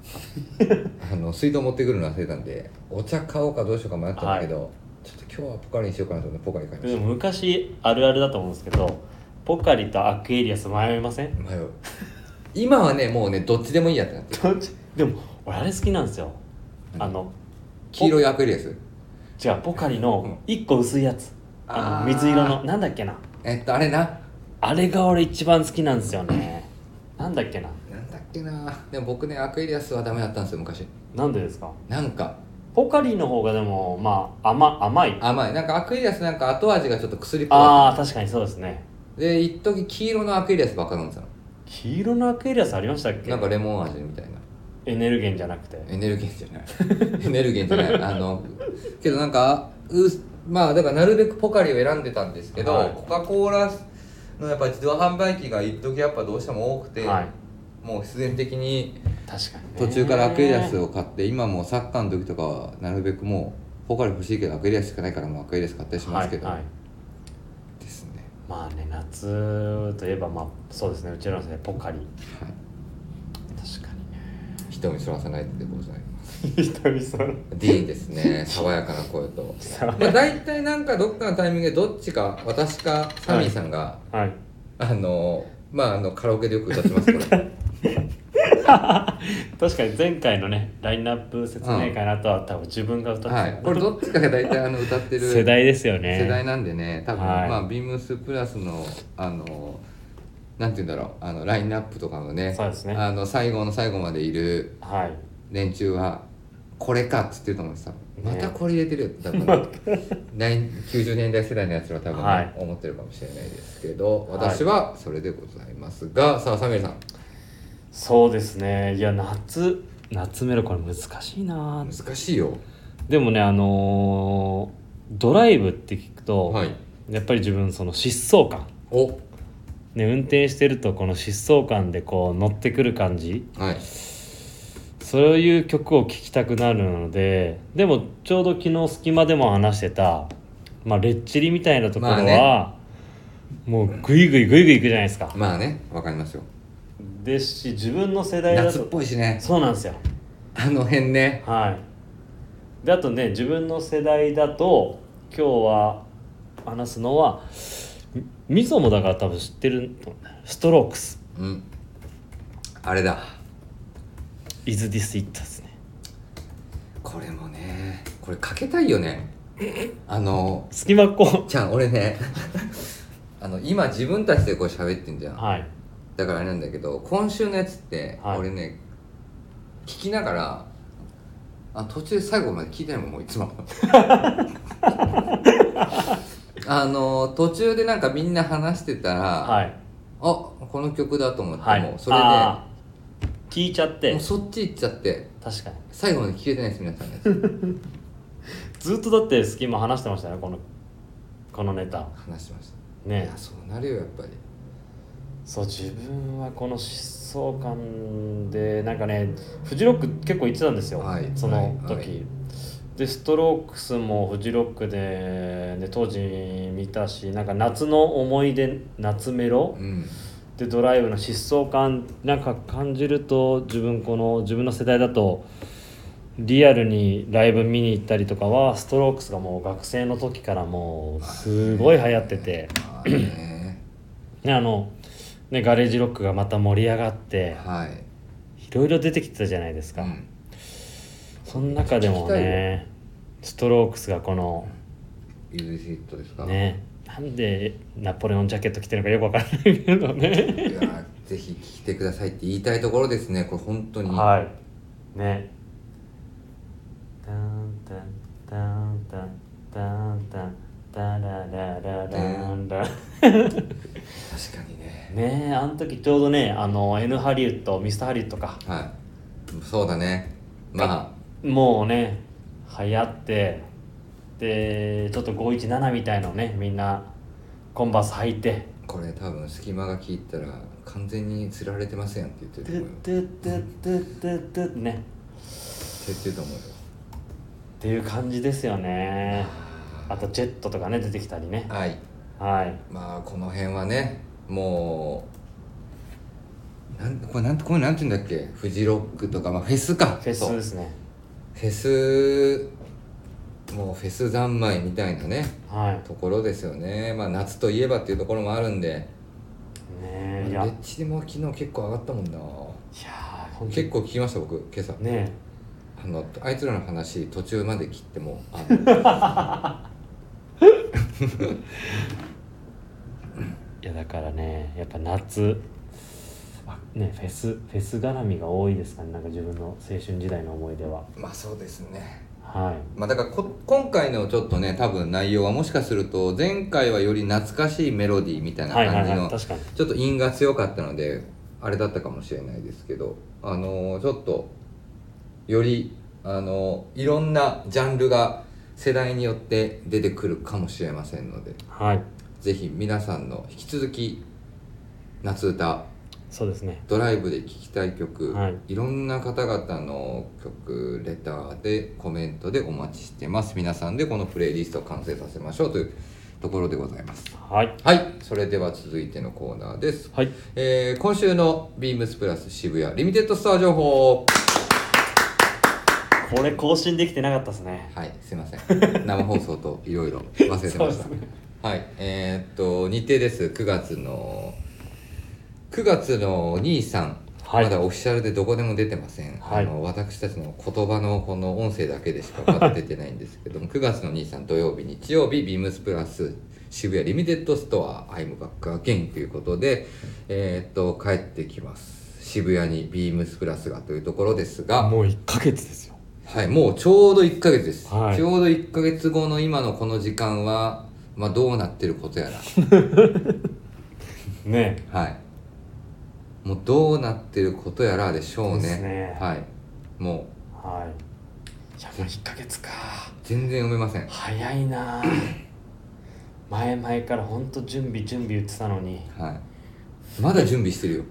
[SPEAKER 2] あの水筒持ってくるの忘れたんでお茶買おうかどうしようか迷ったんだけど、ちょっと今日はポカリにしようかなと思ってポカリ買い
[SPEAKER 1] い
[SPEAKER 2] ま
[SPEAKER 1] で
[SPEAKER 2] し
[SPEAKER 1] も昔あるあるだと思うんですけどポカリとアクエリアス迷いません
[SPEAKER 2] た迷う今はねもうねどっちでもいいやってなってる
[SPEAKER 1] どっちでも俺あれ好きなんですよあの
[SPEAKER 2] 黄色いアクエリアス
[SPEAKER 1] 違うポカリの1個薄いやつあ
[SPEAKER 2] あー
[SPEAKER 1] の水色のなんだっけな
[SPEAKER 2] えっとあれな
[SPEAKER 1] あれが俺一番好きなんですよねなんだっけな
[SPEAKER 2] なんだっけなでも僕ねアクエリアスはダメだったんですよ昔
[SPEAKER 1] なんでですか
[SPEAKER 2] なんか
[SPEAKER 1] ポカリの方がでもまあ甘甘い
[SPEAKER 2] 甘いなんかアクエリアスなんか後味がちょっと薬っぽい
[SPEAKER 1] ああ確かにそうですね
[SPEAKER 2] で一時黄色のアクエリアスばっか飲んでたの
[SPEAKER 1] 黄色のアクエリアスありましたっけ
[SPEAKER 2] なんかレモン味みたいな
[SPEAKER 1] エネルゲンじゃなくて
[SPEAKER 2] エネルゲンじゃない *laughs* エネルゲンじゃないあのけどなんかうまあだからなるべくポカリを選んでたんですけど、
[SPEAKER 1] はい
[SPEAKER 2] コカ・コーラのやっぱ自動販売機が一時やっぱどうしても多くて、
[SPEAKER 1] はい
[SPEAKER 2] もう必然的に
[SPEAKER 1] 確かにね、
[SPEAKER 2] 途中からアクエリアスを買って今もうサッカーの時とかはなるべくもうポカリ欲しいけどアクエリアスしかないからもうアクエリアス買ったりしますけど、
[SPEAKER 1] はいはい
[SPEAKER 2] ですね
[SPEAKER 1] まあね夏といえばまあそうですねうちらの世代ポカリ
[SPEAKER 2] はい
[SPEAKER 1] 確かにね *laughs*
[SPEAKER 2] 人見そらさないでございます
[SPEAKER 1] 久々の
[SPEAKER 2] ディーンですね爽やかな声 *laughs* とまあ大体なんかどっかのタイミングでどっちか私かサミーさんが、
[SPEAKER 1] はい
[SPEAKER 2] あのまああのカラオケでよく歌ってま
[SPEAKER 1] *laughs*
[SPEAKER 2] すこれ
[SPEAKER 1] 確かに前回のねラインナップ説明会の後は多分自分が歌ってた、
[SPEAKER 2] はいこれどっちかが大体あの歌ってる
[SPEAKER 1] 世代ですよね
[SPEAKER 2] 世代なんでね多分、
[SPEAKER 1] はい
[SPEAKER 2] まあビームスプラスのあのなんて言うんだろうあのラインナップとかのね
[SPEAKER 1] そうですね
[SPEAKER 2] あの最後の最後までいる
[SPEAKER 1] はい
[SPEAKER 2] 連中はこれかっつってると思うんです多分
[SPEAKER 1] ね
[SPEAKER 2] またこれ入れてるよって多分、
[SPEAKER 1] *laughs*
[SPEAKER 2] ない90年代世代のやつらは多分、ね
[SPEAKER 1] はい
[SPEAKER 2] 思ってるかもしれないですけど私はそれでございますが、さあサミュエルさん
[SPEAKER 1] そうですねいや夏夏メロこれ難しいな
[SPEAKER 2] 難しいよ
[SPEAKER 1] でもねあのードライブって聞くと、
[SPEAKER 2] はい
[SPEAKER 1] やっぱり自分その疾走感
[SPEAKER 2] お
[SPEAKER 1] ね運転してるとこの疾走感でこう乗ってくる感じ
[SPEAKER 2] はい
[SPEAKER 1] そういう曲を聴きたくなるのででもちょうど昨日隙間でも話してた、まあ、レッチリみたいなところは、もうグイグイグイグイいくじゃないですか
[SPEAKER 2] まあねわかりますよ
[SPEAKER 1] ですし自分の世代だ
[SPEAKER 2] 夏っ
[SPEAKER 1] と
[SPEAKER 2] ぽいしね
[SPEAKER 1] そうなんですよ
[SPEAKER 2] あの辺ね
[SPEAKER 1] はいであとね自分の世代だと今日は話すのはみみぞもだから多分知ってると思うんだよストロークス
[SPEAKER 2] うんあれだ
[SPEAKER 1] Is This It ですね
[SPEAKER 2] これもねこれかけたいよねあの
[SPEAKER 1] 隙間っこ
[SPEAKER 2] ちゃん俺ね *laughs* あの今自分たちでこう喋ってんじゃん
[SPEAKER 1] はい
[SPEAKER 2] だからあれなんだけど今週のやつって、
[SPEAKER 1] はい
[SPEAKER 2] 俺ね聞きながらあ途中で最後まで聞いてないもんもうい
[SPEAKER 1] *laughs*
[SPEAKER 2] つもあの途中でなんかみんな話してたら、
[SPEAKER 1] はい
[SPEAKER 2] あこの曲だと思って、
[SPEAKER 1] はい
[SPEAKER 2] もうそれで
[SPEAKER 1] あー聞いちゃって
[SPEAKER 2] もうそっち行っちゃって
[SPEAKER 1] 確かに
[SPEAKER 2] 最後まで聞けてないです皆さん
[SPEAKER 1] *laughs*
[SPEAKER 2] ね
[SPEAKER 1] ずっとだって隙間話してましたねこのこのネタ
[SPEAKER 2] 話してましたい
[SPEAKER 1] ね
[SPEAKER 2] やそうなるよやっぱり
[SPEAKER 1] そう自分はこの疾走感でなんかねフジロック結構行ってたんですよ、
[SPEAKER 2] はい
[SPEAKER 1] その時、
[SPEAKER 2] はいはい
[SPEAKER 1] でストロークスもフジロックでで当時見たしなんか夏の思い出夏メロ *laughs*
[SPEAKER 2] うん
[SPEAKER 1] でドライブの疾走感なんか感じると自分この自分の世代だとリアルにライブ見に行ったりとかはストロークスがもう学生の時からもうすごい流行ってて。
[SPEAKER 2] まあね
[SPEAKER 1] ねあのねガレージロックがまた盛り上がって
[SPEAKER 2] はい
[SPEAKER 1] いろいろ出てきてたじゃないですか、
[SPEAKER 2] うん
[SPEAKER 1] その中でも
[SPEAKER 2] 聞き
[SPEAKER 1] ねストロークスがこの
[SPEAKER 2] イージーシットですか
[SPEAKER 1] ねなんでナポレオンジャケット着てるのかよくわからないけどね
[SPEAKER 2] いやーぜひ聞いてくださいって言いたいところですねこれ本当に、
[SPEAKER 1] はいねタンタンタンタンタンタンタラララランラ
[SPEAKER 2] 確かにね
[SPEAKER 1] ねあの時ちょうどねあの N ハリウッドミスターハリウッドか
[SPEAKER 2] はいそうだねま
[SPEAKER 1] もうね流行ってでちょっと517みたいのねみんなコンバース履いて
[SPEAKER 2] あこれ多分隙間が聞いたら完全に釣られてませんって言っ
[SPEAKER 1] 「
[SPEAKER 2] てる
[SPEAKER 1] トゥ
[SPEAKER 2] と思うよ
[SPEAKER 1] トゥトゥトゥトゥトゥ」ね
[SPEAKER 2] 言ってると思うよ
[SPEAKER 1] っていう感じですよねあとジェットとかね出てきたりね
[SPEAKER 2] はい
[SPEAKER 1] はい
[SPEAKER 2] まあこの辺はねもうなんこれなんてこれなんて言うんだっけフジロックとか、まあ、フェスか
[SPEAKER 1] フェス
[SPEAKER 2] そう
[SPEAKER 1] ですね
[SPEAKER 2] フェスもうフェス三昧みたいなね
[SPEAKER 1] はい
[SPEAKER 2] ところですよねまあ夏といえばっていうところもあるんで
[SPEAKER 1] ねえい
[SPEAKER 2] レ
[SPEAKER 1] やいや
[SPEAKER 2] ッチリも昨日結構上がったもんな
[SPEAKER 1] ーほんと
[SPEAKER 2] 結構聞きました僕今朝
[SPEAKER 1] ね
[SPEAKER 2] あのあいつらの話途中まで切ってもあの
[SPEAKER 1] えいやだからねやっぱ夏あねフェスフェス絡みが多いですかねなんか自分の青春時代の思い出は
[SPEAKER 2] まあそうですね
[SPEAKER 1] ははい
[SPEAKER 2] まあ、だからこ今回のちょっとね多分内容はもしかすると前回はより懐かしいメロディーみたいな
[SPEAKER 1] はいは
[SPEAKER 2] 感じ
[SPEAKER 1] いは
[SPEAKER 2] の
[SPEAKER 1] い確かに
[SPEAKER 2] ちょっと韻が強かったのであれだったかもしれないですけどあのーちょっとよりあのーいろんなジャンルが世代によって出てくるかもしれませんので
[SPEAKER 1] はい
[SPEAKER 2] ぜひ皆さんの引き続き夏歌
[SPEAKER 1] そうですね
[SPEAKER 2] ドライブで聴きたい曲、
[SPEAKER 1] はい
[SPEAKER 2] い、ろんな方々の曲レターでコメントでお待ちしてます皆さんでこのプレイリストを完成させましょうというところでございます
[SPEAKER 1] はい
[SPEAKER 2] はいそれでは続いてのコーナーです、
[SPEAKER 1] はい
[SPEAKER 2] えー今週のビームスプラス渋谷リミテッドストア情報
[SPEAKER 1] これ更新できてなかったですね
[SPEAKER 2] はいすいません *laughs* 生放送といろいろ忘れてました
[SPEAKER 1] そうですね
[SPEAKER 2] はいえーっと日程です9月の9月の23、
[SPEAKER 1] はい
[SPEAKER 2] まだオフィシャルでどこでも出てません、
[SPEAKER 1] はい
[SPEAKER 2] あの私たちの言葉のこの音声だけでしかまだ出てないんですけ
[SPEAKER 1] *laughs*
[SPEAKER 2] ども9月の23土曜日日曜日ビームスプラス渋谷リミテッドストアアイムバックアゲインということでえーっと帰ってきます渋谷にビームスプラスがというところですが
[SPEAKER 1] もう1ヶ月ですよ
[SPEAKER 2] はい、もうちょうど1ヶ月です、
[SPEAKER 1] はい
[SPEAKER 2] ちょうど1ヶ月後の今のこの時間は、まあ、どうなってることや
[SPEAKER 1] *laughs* ね
[SPEAKER 2] らはいもうどうなってることやらでしょうね
[SPEAKER 1] ですね
[SPEAKER 2] はいもう
[SPEAKER 1] はいいやもう1ヶ月か
[SPEAKER 2] 全然読めません
[SPEAKER 1] 早いな前々からほんと準備準備言ってたのに
[SPEAKER 2] はいまだ準備してるよ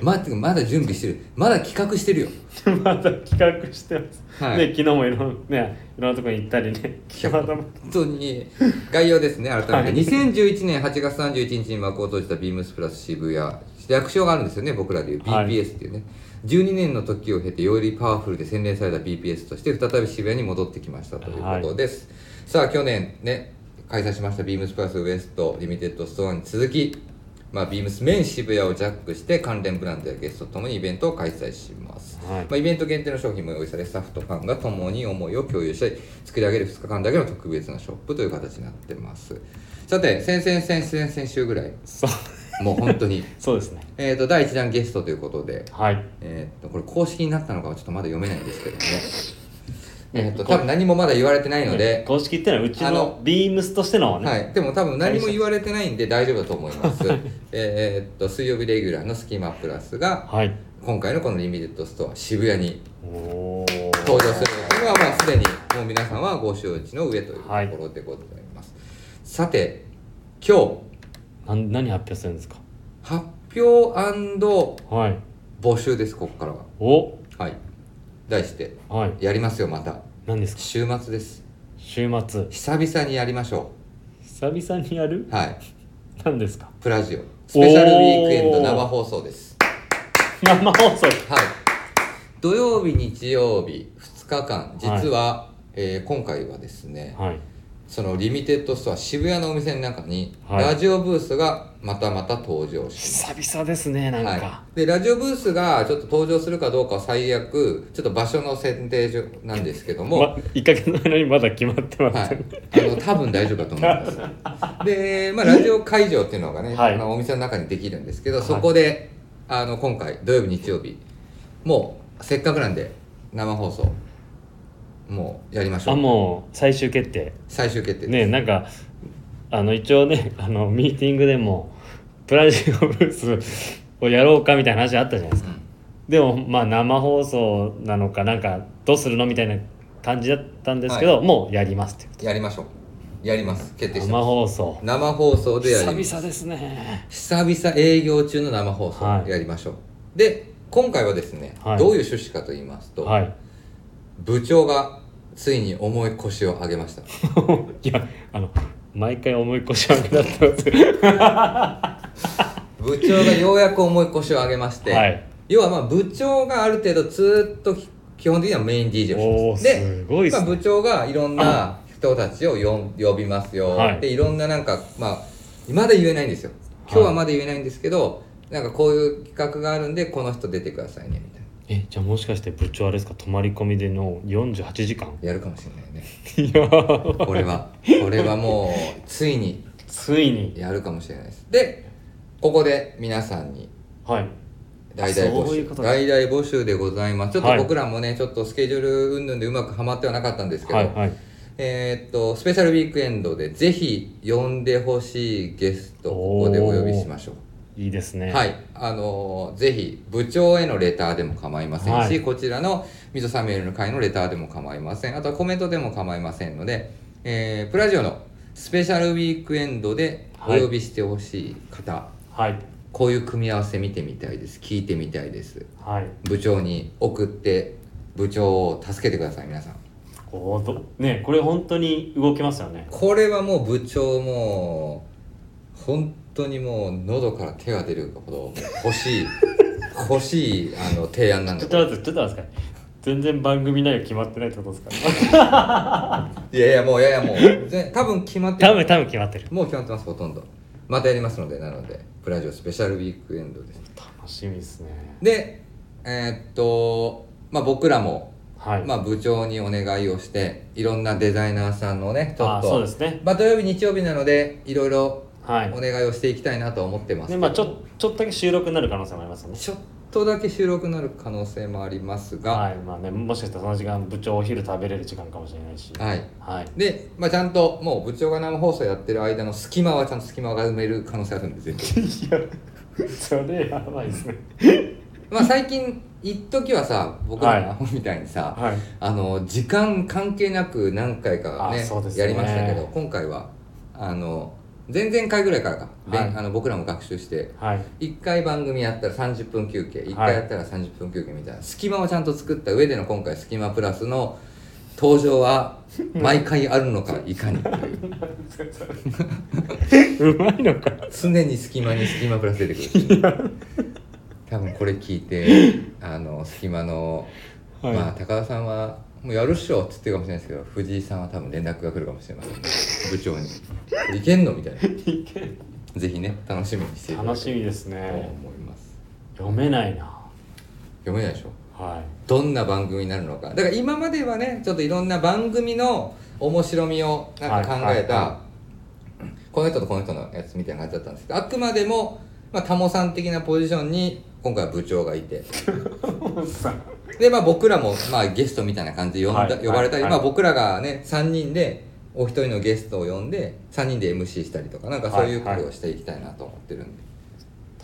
[SPEAKER 2] ままだ準備してるまだ企画してるよ
[SPEAKER 1] *laughs* まだ企画してます、
[SPEAKER 2] はい
[SPEAKER 1] ね昨日もいろん,、ね、いろんなとこに行ったりね
[SPEAKER 2] いや
[SPEAKER 1] まだま
[SPEAKER 2] 本当に概要ですね改めて、
[SPEAKER 1] はい
[SPEAKER 2] 2011年8月31日に幕を閉じたビームスプラス渋谷略称があるんですよね僕らでいう
[SPEAKER 1] はい
[SPEAKER 2] BPS っていうね、12年の時を経てよりパワフルで洗練された BPS として再び渋谷に戻ってきましたということです、さあ去年ね開催しましたビームスプラスウエストリミテッドストアに続きまあ、ビームスメン渋谷をジャックして関連ブランドやゲストともにイベントを開催します、
[SPEAKER 1] はい
[SPEAKER 2] まあ、イベント限定の商品も用意されスタッフとファンが共に思いを共有したり作り上げる2日間だけの特別なショップという形になってますさて先々先々先々週ぐらい
[SPEAKER 1] そう
[SPEAKER 2] もう本当に *laughs*
[SPEAKER 1] そうですね
[SPEAKER 2] えーと第1弾ゲストということで、
[SPEAKER 1] はい
[SPEAKER 2] えー、とこれ公式になったのかはちょっとまだ読めないんですけ
[SPEAKER 1] *laughs*
[SPEAKER 2] どもねえーと
[SPEAKER 1] こう
[SPEAKER 2] 多分何もまだ言われてないの
[SPEAKER 1] ね
[SPEAKER 2] で、
[SPEAKER 1] 公式っていうのはうち
[SPEAKER 2] あ
[SPEAKER 1] の
[SPEAKER 2] の
[SPEAKER 1] ビームスとしてのね、
[SPEAKER 2] はい、でも多分何も言われてないんで大丈夫だと思います。えーっと、水曜日レギュラーのスキマプラスが、
[SPEAKER 1] はい、
[SPEAKER 2] 今回のこのリミテッドストア、渋谷に
[SPEAKER 1] おお
[SPEAKER 2] 登場するというのは、まあ、すでにもう皆さんはご承知の上というところでございます。さて、今日、
[SPEAKER 1] なん何発表するんですか
[SPEAKER 2] 発表
[SPEAKER 1] はい
[SPEAKER 2] 募集です、ここからは。
[SPEAKER 1] お
[SPEAKER 2] はい。題して、
[SPEAKER 1] はい
[SPEAKER 2] やりますよ、また。
[SPEAKER 1] 何ですか
[SPEAKER 2] 週末です。
[SPEAKER 1] 週末
[SPEAKER 2] 久々にやりましょ
[SPEAKER 1] 久々にやる
[SPEAKER 2] う。はい。
[SPEAKER 1] 何ですか *laughs*
[SPEAKER 2] プラジオ。スペシャルウィークエンド生放送です。
[SPEAKER 1] 生放送
[SPEAKER 2] はい、土曜日日曜日2日間実は、えー今回はですね
[SPEAKER 1] はい
[SPEAKER 2] そのリミテッドストア渋谷のお店の中に、
[SPEAKER 1] はい
[SPEAKER 2] ラジオブースがまたまた登場し
[SPEAKER 1] 久々ですねなんか、
[SPEAKER 2] はい、でラジオブースがちょっと登場するかどうかは最悪ちょっと場所の選定上なんですけども、
[SPEAKER 1] ま、1ヶ月前のにまだ決まってま
[SPEAKER 2] は
[SPEAKER 1] す、
[SPEAKER 2] い、あの多分大丈夫だと思いますで、まあ、ラジオ会場っていうのがね、
[SPEAKER 1] はい
[SPEAKER 2] あのお店の中にできるんですけどそこで、あの今回土曜日日曜日もうせっかくなんで生放送もうやりましょ
[SPEAKER 1] あ
[SPEAKER 2] う
[SPEAKER 1] もう最終決定
[SPEAKER 2] 最終決定
[SPEAKER 1] ね
[SPEAKER 2] です、
[SPEAKER 1] なんかあの一応ねあのミーティングでもプラジオブースをやろうかみたいな話あったじゃないですか
[SPEAKER 2] うん
[SPEAKER 1] でもまあ生放送なのかなんかどうするのみたいな感じだったんですけど、もうやりますって
[SPEAKER 2] やりましょうやります決定して
[SPEAKER 1] 生
[SPEAKER 2] ます
[SPEAKER 1] 放送
[SPEAKER 2] 生放送でや
[SPEAKER 1] 久
[SPEAKER 2] ります
[SPEAKER 1] 々ですね
[SPEAKER 2] 久々営業中の生放
[SPEAKER 1] は
[SPEAKER 2] 送
[SPEAKER 1] い
[SPEAKER 2] やりましょう、で今回はですね、
[SPEAKER 1] はい
[SPEAKER 2] どういう趣旨かと言いますと、
[SPEAKER 1] はい
[SPEAKER 2] 部長がついに重い腰を上げまし
[SPEAKER 1] *laughs*
[SPEAKER 2] た
[SPEAKER 1] いやあの毎回思い越し悪くなってます
[SPEAKER 2] 部長がようやく重い腰を上げまして、
[SPEAKER 1] はい
[SPEAKER 2] 要はまあ部長がある程度ずっとき基本的にはメイン DJ
[SPEAKER 1] おー
[SPEAKER 2] をしてます
[SPEAKER 1] すごいっすね
[SPEAKER 2] まあ、部長がいろんな人たちをよ呼びますよ、
[SPEAKER 1] はい
[SPEAKER 2] でいろんななんかまあまだ言えないんですよ今日はまだ言えないんですけど、なんかこういう企画があるんでこの人出てくださいねみたいな
[SPEAKER 1] えじゃあもしかして部長あれですか泊まり込みでの48時間
[SPEAKER 2] やるかもしれないね
[SPEAKER 1] いやー
[SPEAKER 2] これはこれはもうついに
[SPEAKER 1] ついに
[SPEAKER 2] やるかもしれないですでここで皆さんに
[SPEAKER 1] はい
[SPEAKER 2] 大々募
[SPEAKER 1] そうい
[SPEAKER 2] 集
[SPEAKER 1] うこと
[SPEAKER 2] 大
[SPEAKER 1] ね
[SPEAKER 2] 々募集でございますちょっと
[SPEAKER 1] はい
[SPEAKER 2] 僕らもね、ちょっとスケジュール云々でうまくはまってはなかったんですけど、
[SPEAKER 1] はいはい
[SPEAKER 2] えーっとスペシャルウィークエンドでぜひ呼んでほしいゲストこ
[SPEAKER 1] おー
[SPEAKER 2] こでお呼びしましょう
[SPEAKER 1] いいですね
[SPEAKER 2] はい、あのーぜひ部長へのレターでも構いませんし、
[SPEAKER 1] はい
[SPEAKER 2] こちらの水サミュエルの会のレターでも構いませんあとはコメントでも構いませんので、えープラジオのスペシャルウィークエンドでお
[SPEAKER 1] はい
[SPEAKER 2] 呼びしてほしい方、
[SPEAKER 1] はい
[SPEAKER 2] こういう組み合わせ見てみたいです聞いてみたいです
[SPEAKER 1] はい
[SPEAKER 2] 部長に送って部長を助けてください皆さん
[SPEAKER 1] おーどねこれ本当に動きますよね
[SPEAKER 2] これはもう部長もう本当にもう喉から手が出るほど欲
[SPEAKER 1] *laughs*
[SPEAKER 2] しい欲しいあの提案なん
[SPEAKER 1] ち
[SPEAKER 2] だ
[SPEAKER 1] ょっと待ってちょっと待ってください全然番組内容決まってないってことですから、ね、
[SPEAKER 2] いやいやもういやいやもうぜ多分決まって
[SPEAKER 1] 多分多分決まってる
[SPEAKER 2] もう決まってますほとんどまたやりますのでなのでプラジオスペシャルウィークエンドです
[SPEAKER 1] 楽しみですね
[SPEAKER 2] でえーっとまあ僕らも、
[SPEAKER 1] はい、
[SPEAKER 2] まあ、部長にお願いをしていろんなデザイナーさんのねちょ
[SPEAKER 1] あー
[SPEAKER 2] っ
[SPEAKER 1] そうで
[SPEAKER 2] と
[SPEAKER 1] すね
[SPEAKER 2] まあ土曜日日曜日なのでいろいろ
[SPEAKER 1] はい
[SPEAKER 2] お願いをしていきたいなと思ってますけ
[SPEAKER 1] ね
[SPEAKER 2] ど
[SPEAKER 1] まあちょちょっとだけ収録になる可能性もありますよね
[SPEAKER 2] ちょっとだけ収録になる可能性もありますが、
[SPEAKER 1] は
[SPEAKER 2] はい
[SPEAKER 1] まあねもしかしたらその時間部長お昼食べれる時間かもしれないし
[SPEAKER 2] い
[SPEAKER 1] はい
[SPEAKER 2] で、まあ、ちゃんともう部長が生放送やってる間の隙間はちゃんと隙間が埋める可能性あるんで全部
[SPEAKER 1] *laughs* いや *laughs* それやばいですね
[SPEAKER 2] まあ最近一時はさ僕らの
[SPEAKER 1] はい
[SPEAKER 2] アホみたいにさ、
[SPEAKER 1] はい
[SPEAKER 2] あの時間関係なく何回かね
[SPEAKER 1] あそうですね
[SPEAKER 2] やりましたけど今回はあの前々回ぐらいからか、べん
[SPEAKER 1] はい
[SPEAKER 2] あの僕らも学習して
[SPEAKER 1] はい
[SPEAKER 2] 1回番組やったら30分休憩1
[SPEAKER 1] はい
[SPEAKER 2] 回やったら30分休憩みたいな、隙間をちゃんと作った上での今回隙間プラスの登
[SPEAKER 1] *laughs*
[SPEAKER 2] 場は毎回あるのかいかに
[SPEAKER 1] *laughs* うまいのか
[SPEAKER 2] 常に隙間に隙間プラス出てくる多分これ聞いてあの隙間の、
[SPEAKER 1] はい
[SPEAKER 2] まあ高田さんはもうやるっしょって言ってるかもしれないですけど藤井さんは多分連絡が来るかもしれません、ね、
[SPEAKER 1] *laughs*
[SPEAKER 2] 部長に「いけんの?」みたいなぜひね楽しみにしていただ
[SPEAKER 1] 楽
[SPEAKER 2] き
[SPEAKER 1] しみです
[SPEAKER 2] たいと
[SPEAKER 1] ね
[SPEAKER 2] 思います
[SPEAKER 1] 読めないな
[SPEAKER 2] 読めないでしょ
[SPEAKER 1] は
[SPEAKER 2] どんな番組になるのかだから今まではねちょっといろんな番組の面白みをなんか考えた、
[SPEAKER 1] はいは
[SPEAKER 2] この人とこの人のやつみたいな感じだったんですけどあくまでも、まあ、タモさん的なポジションに今回は部長がいて
[SPEAKER 1] い
[SPEAKER 2] で、まあ、僕らも、まあ、ゲストみたいな感じで呼んだ、
[SPEAKER 1] はいはい
[SPEAKER 2] 呼ばれたり、
[SPEAKER 1] はい
[SPEAKER 2] まあ、僕らがね3人でお一人のゲストを呼んで3人で MC したりとかなんかそういうこ
[SPEAKER 1] はい
[SPEAKER 2] と
[SPEAKER 1] は
[SPEAKER 2] を
[SPEAKER 1] い
[SPEAKER 2] していきたいなと思ってるんで、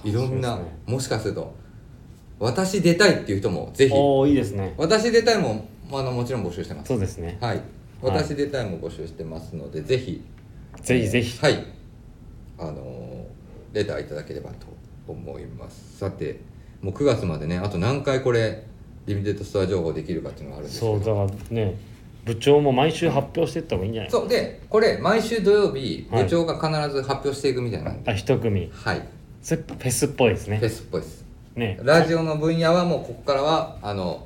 [SPEAKER 1] い
[SPEAKER 2] いろんな、
[SPEAKER 1] 楽しみですね
[SPEAKER 2] もしかすると私出たいっていう人もぜひ
[SPEAKER 1] おおいいですね
[SPEAKER 2] 私出たいもあのもちろん募集してます
[SPEAKER 1] そうですね
[SPEAKER 2] はい私出たいも募集してますのでぜひ
[SPEAKER 1] ぜひぜひ
[SPEAKER 2] はいあのーレターいただければと思いますさてもう9月までねあと何回これリミテッドストア情報できるかっていうのがあるんですけ
[SPEAKER 1] そ
[SPEAKER 2] ど
[SPEAKER 1] うだからね部長も毎週発表していった方がいいんじゃない
[SPEAKER 2] そうでこれ毎週土曜日
[SPEAKER 1] はい
[SPEAKER 2] 部長が必ず発表していくみたいなんで
[SPEAKER 1] あ一組
[SPEAKER 2] はい、
[SPEAKER 1] それフェスっぽいですね
[SPEAKER 2] フェスっぽいです
[SPEAKER 1] ね
[SPEAKER 2] ラジオの分野はもうここからはあの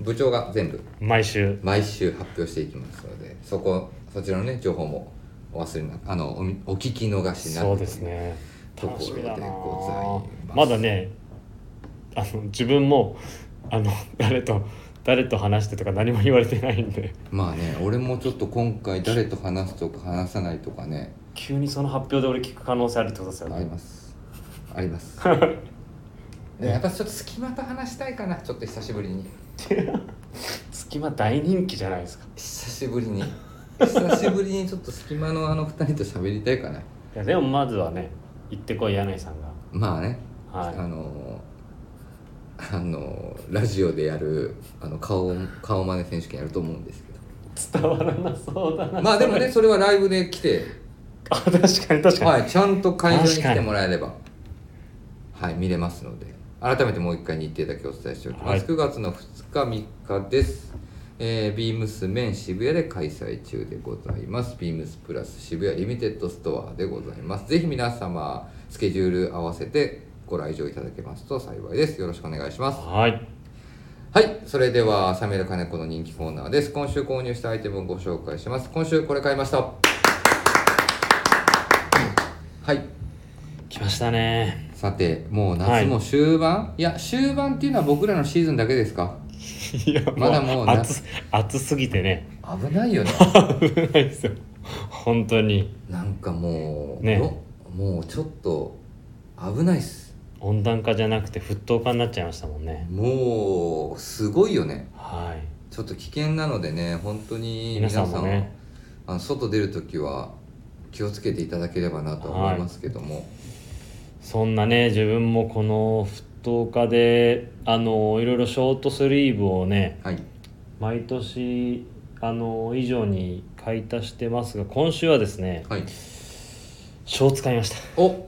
[SPEAKER 2] 部長が全部
[SPEAKER 1] 毎週
[SPEAKER 2] 毎週発表していきますのでそこそちらのね情報もお忘れなあのおみお聞き逃しなく
[SPEAKER 1] そうですね
[SPEAKER 2] とこ
[SPEAKER 1] 楽
[SPEAKER 2] ろで
[SPEAKER 1] しみだな
[SPEAKER 2] ございます
[SPEAKER 1] まだねあの自分もあの *laughs* 誰と誰と話してとか何も言われてないんで
[SPEAKER 2] まあね俺もちょっと今回誰と話すとか話さないとかね
[SPEAKER 1] 急にその発表で俺聞く可能性あるってことですよ
[SPEAKER 2] あり
[SPEAKER 1] ね
[SPEAKER 2] ますあります
[SPEAKER 1] *laughs*
[SPEAKER 2] でやっぱちょっと隙間と話したいかなちょっと久しぶりに
[SPEAKER 1] 隙間大人気じゃないですか
[SPEAKER 2] 久しぶりに久しぶりにちょっと隙間のあの二人と喋りたいかない
[SPEAKER 1] やでもまずはね行ってこい柳井さんが
[SPEAKER 2] まあね、
[SPEAKER 1] はい
[SPEAKER 2] あのーあのーラジオでやるあの顔顔真似選手権やると思うんですけど
[SPEAKER 1] 伝わらなそうだな
[SPEAKER 2] まあでも
[SPEAKER 1] それ
[SPEAKER 2] ねそれはライブで来て、
[SPEAKER 1] あ確かに確かに、
[SPEAKER 2] はい、ちゃんと会場に来
[SPEAKER 1] 確か
[SPEAKER 2] て
[SPEAKER 1] に
[SPEAKER 2] もらえればはい見れますので改めてもう一回日程だけお伝えしておきます、
[SPEAKER 1] はい
[SPEAKER 2] 9月の2日3日ですえー、ビームスメン渋谷で開催中でございますビームスプラス渋谷リミテッドストアでございますぜひ皆様スケジュール合わせてご来場いただけますと幸いですよろしくお願いします
[SPEAKER 1] はい
[SPEAKER 2] はい、それではサミュエル金子の人気コーナーです。今週購入したアイテムをご紹介します。今週これ買いました。はい、
[SPEAKER 1] 来ましたね
[SPEAKER 2] さてもう夏も終盤、い、や終盤っていうのは僕らのシーズンだけですか。
[SPEAKER 1] いや
[SPEAKER 2] まだもうな
[SPEAKER 1] 暑暑すぎてね
[SPEAKER 2] 危ない *laughs* よね。
[SPEAKER 1] 危ないですよ本当に
[SPEAKER 2] なんかもう、
[SPEAKER 1] ね
[SPEAKER 2] どもうちょっと危ないっす。
[SPEAKER 1] 温暖化じゃなくて沸騰化になっちゃいましたもんね
[SPEAKER 2] もうすごいよね
[SPEAKER 1] はい
[SPEAKER 2] ちょっと危険なのでね本当に
[SPEAKER 1] 皆
[SPEAKER 2] 皆さ
[SPEAKER 1] さ
[SPEAKER 2] ん
[SPEAKER 1] んもね
[SPEAKER 2] あの外出る時は気をつけていただければなとは思いますけども、
[SPEAKER 1] そんなね自分もこの沸騰化であのいろいろショートスリーブをね
[SPEAKER 2] はい
[SPEAKER 1] 毎年あの以上に買い足してますが今週はですね
[SPEAKER 2] はい
[SPEAKER 1] ショーツ買いました
[SPEAKER 2] お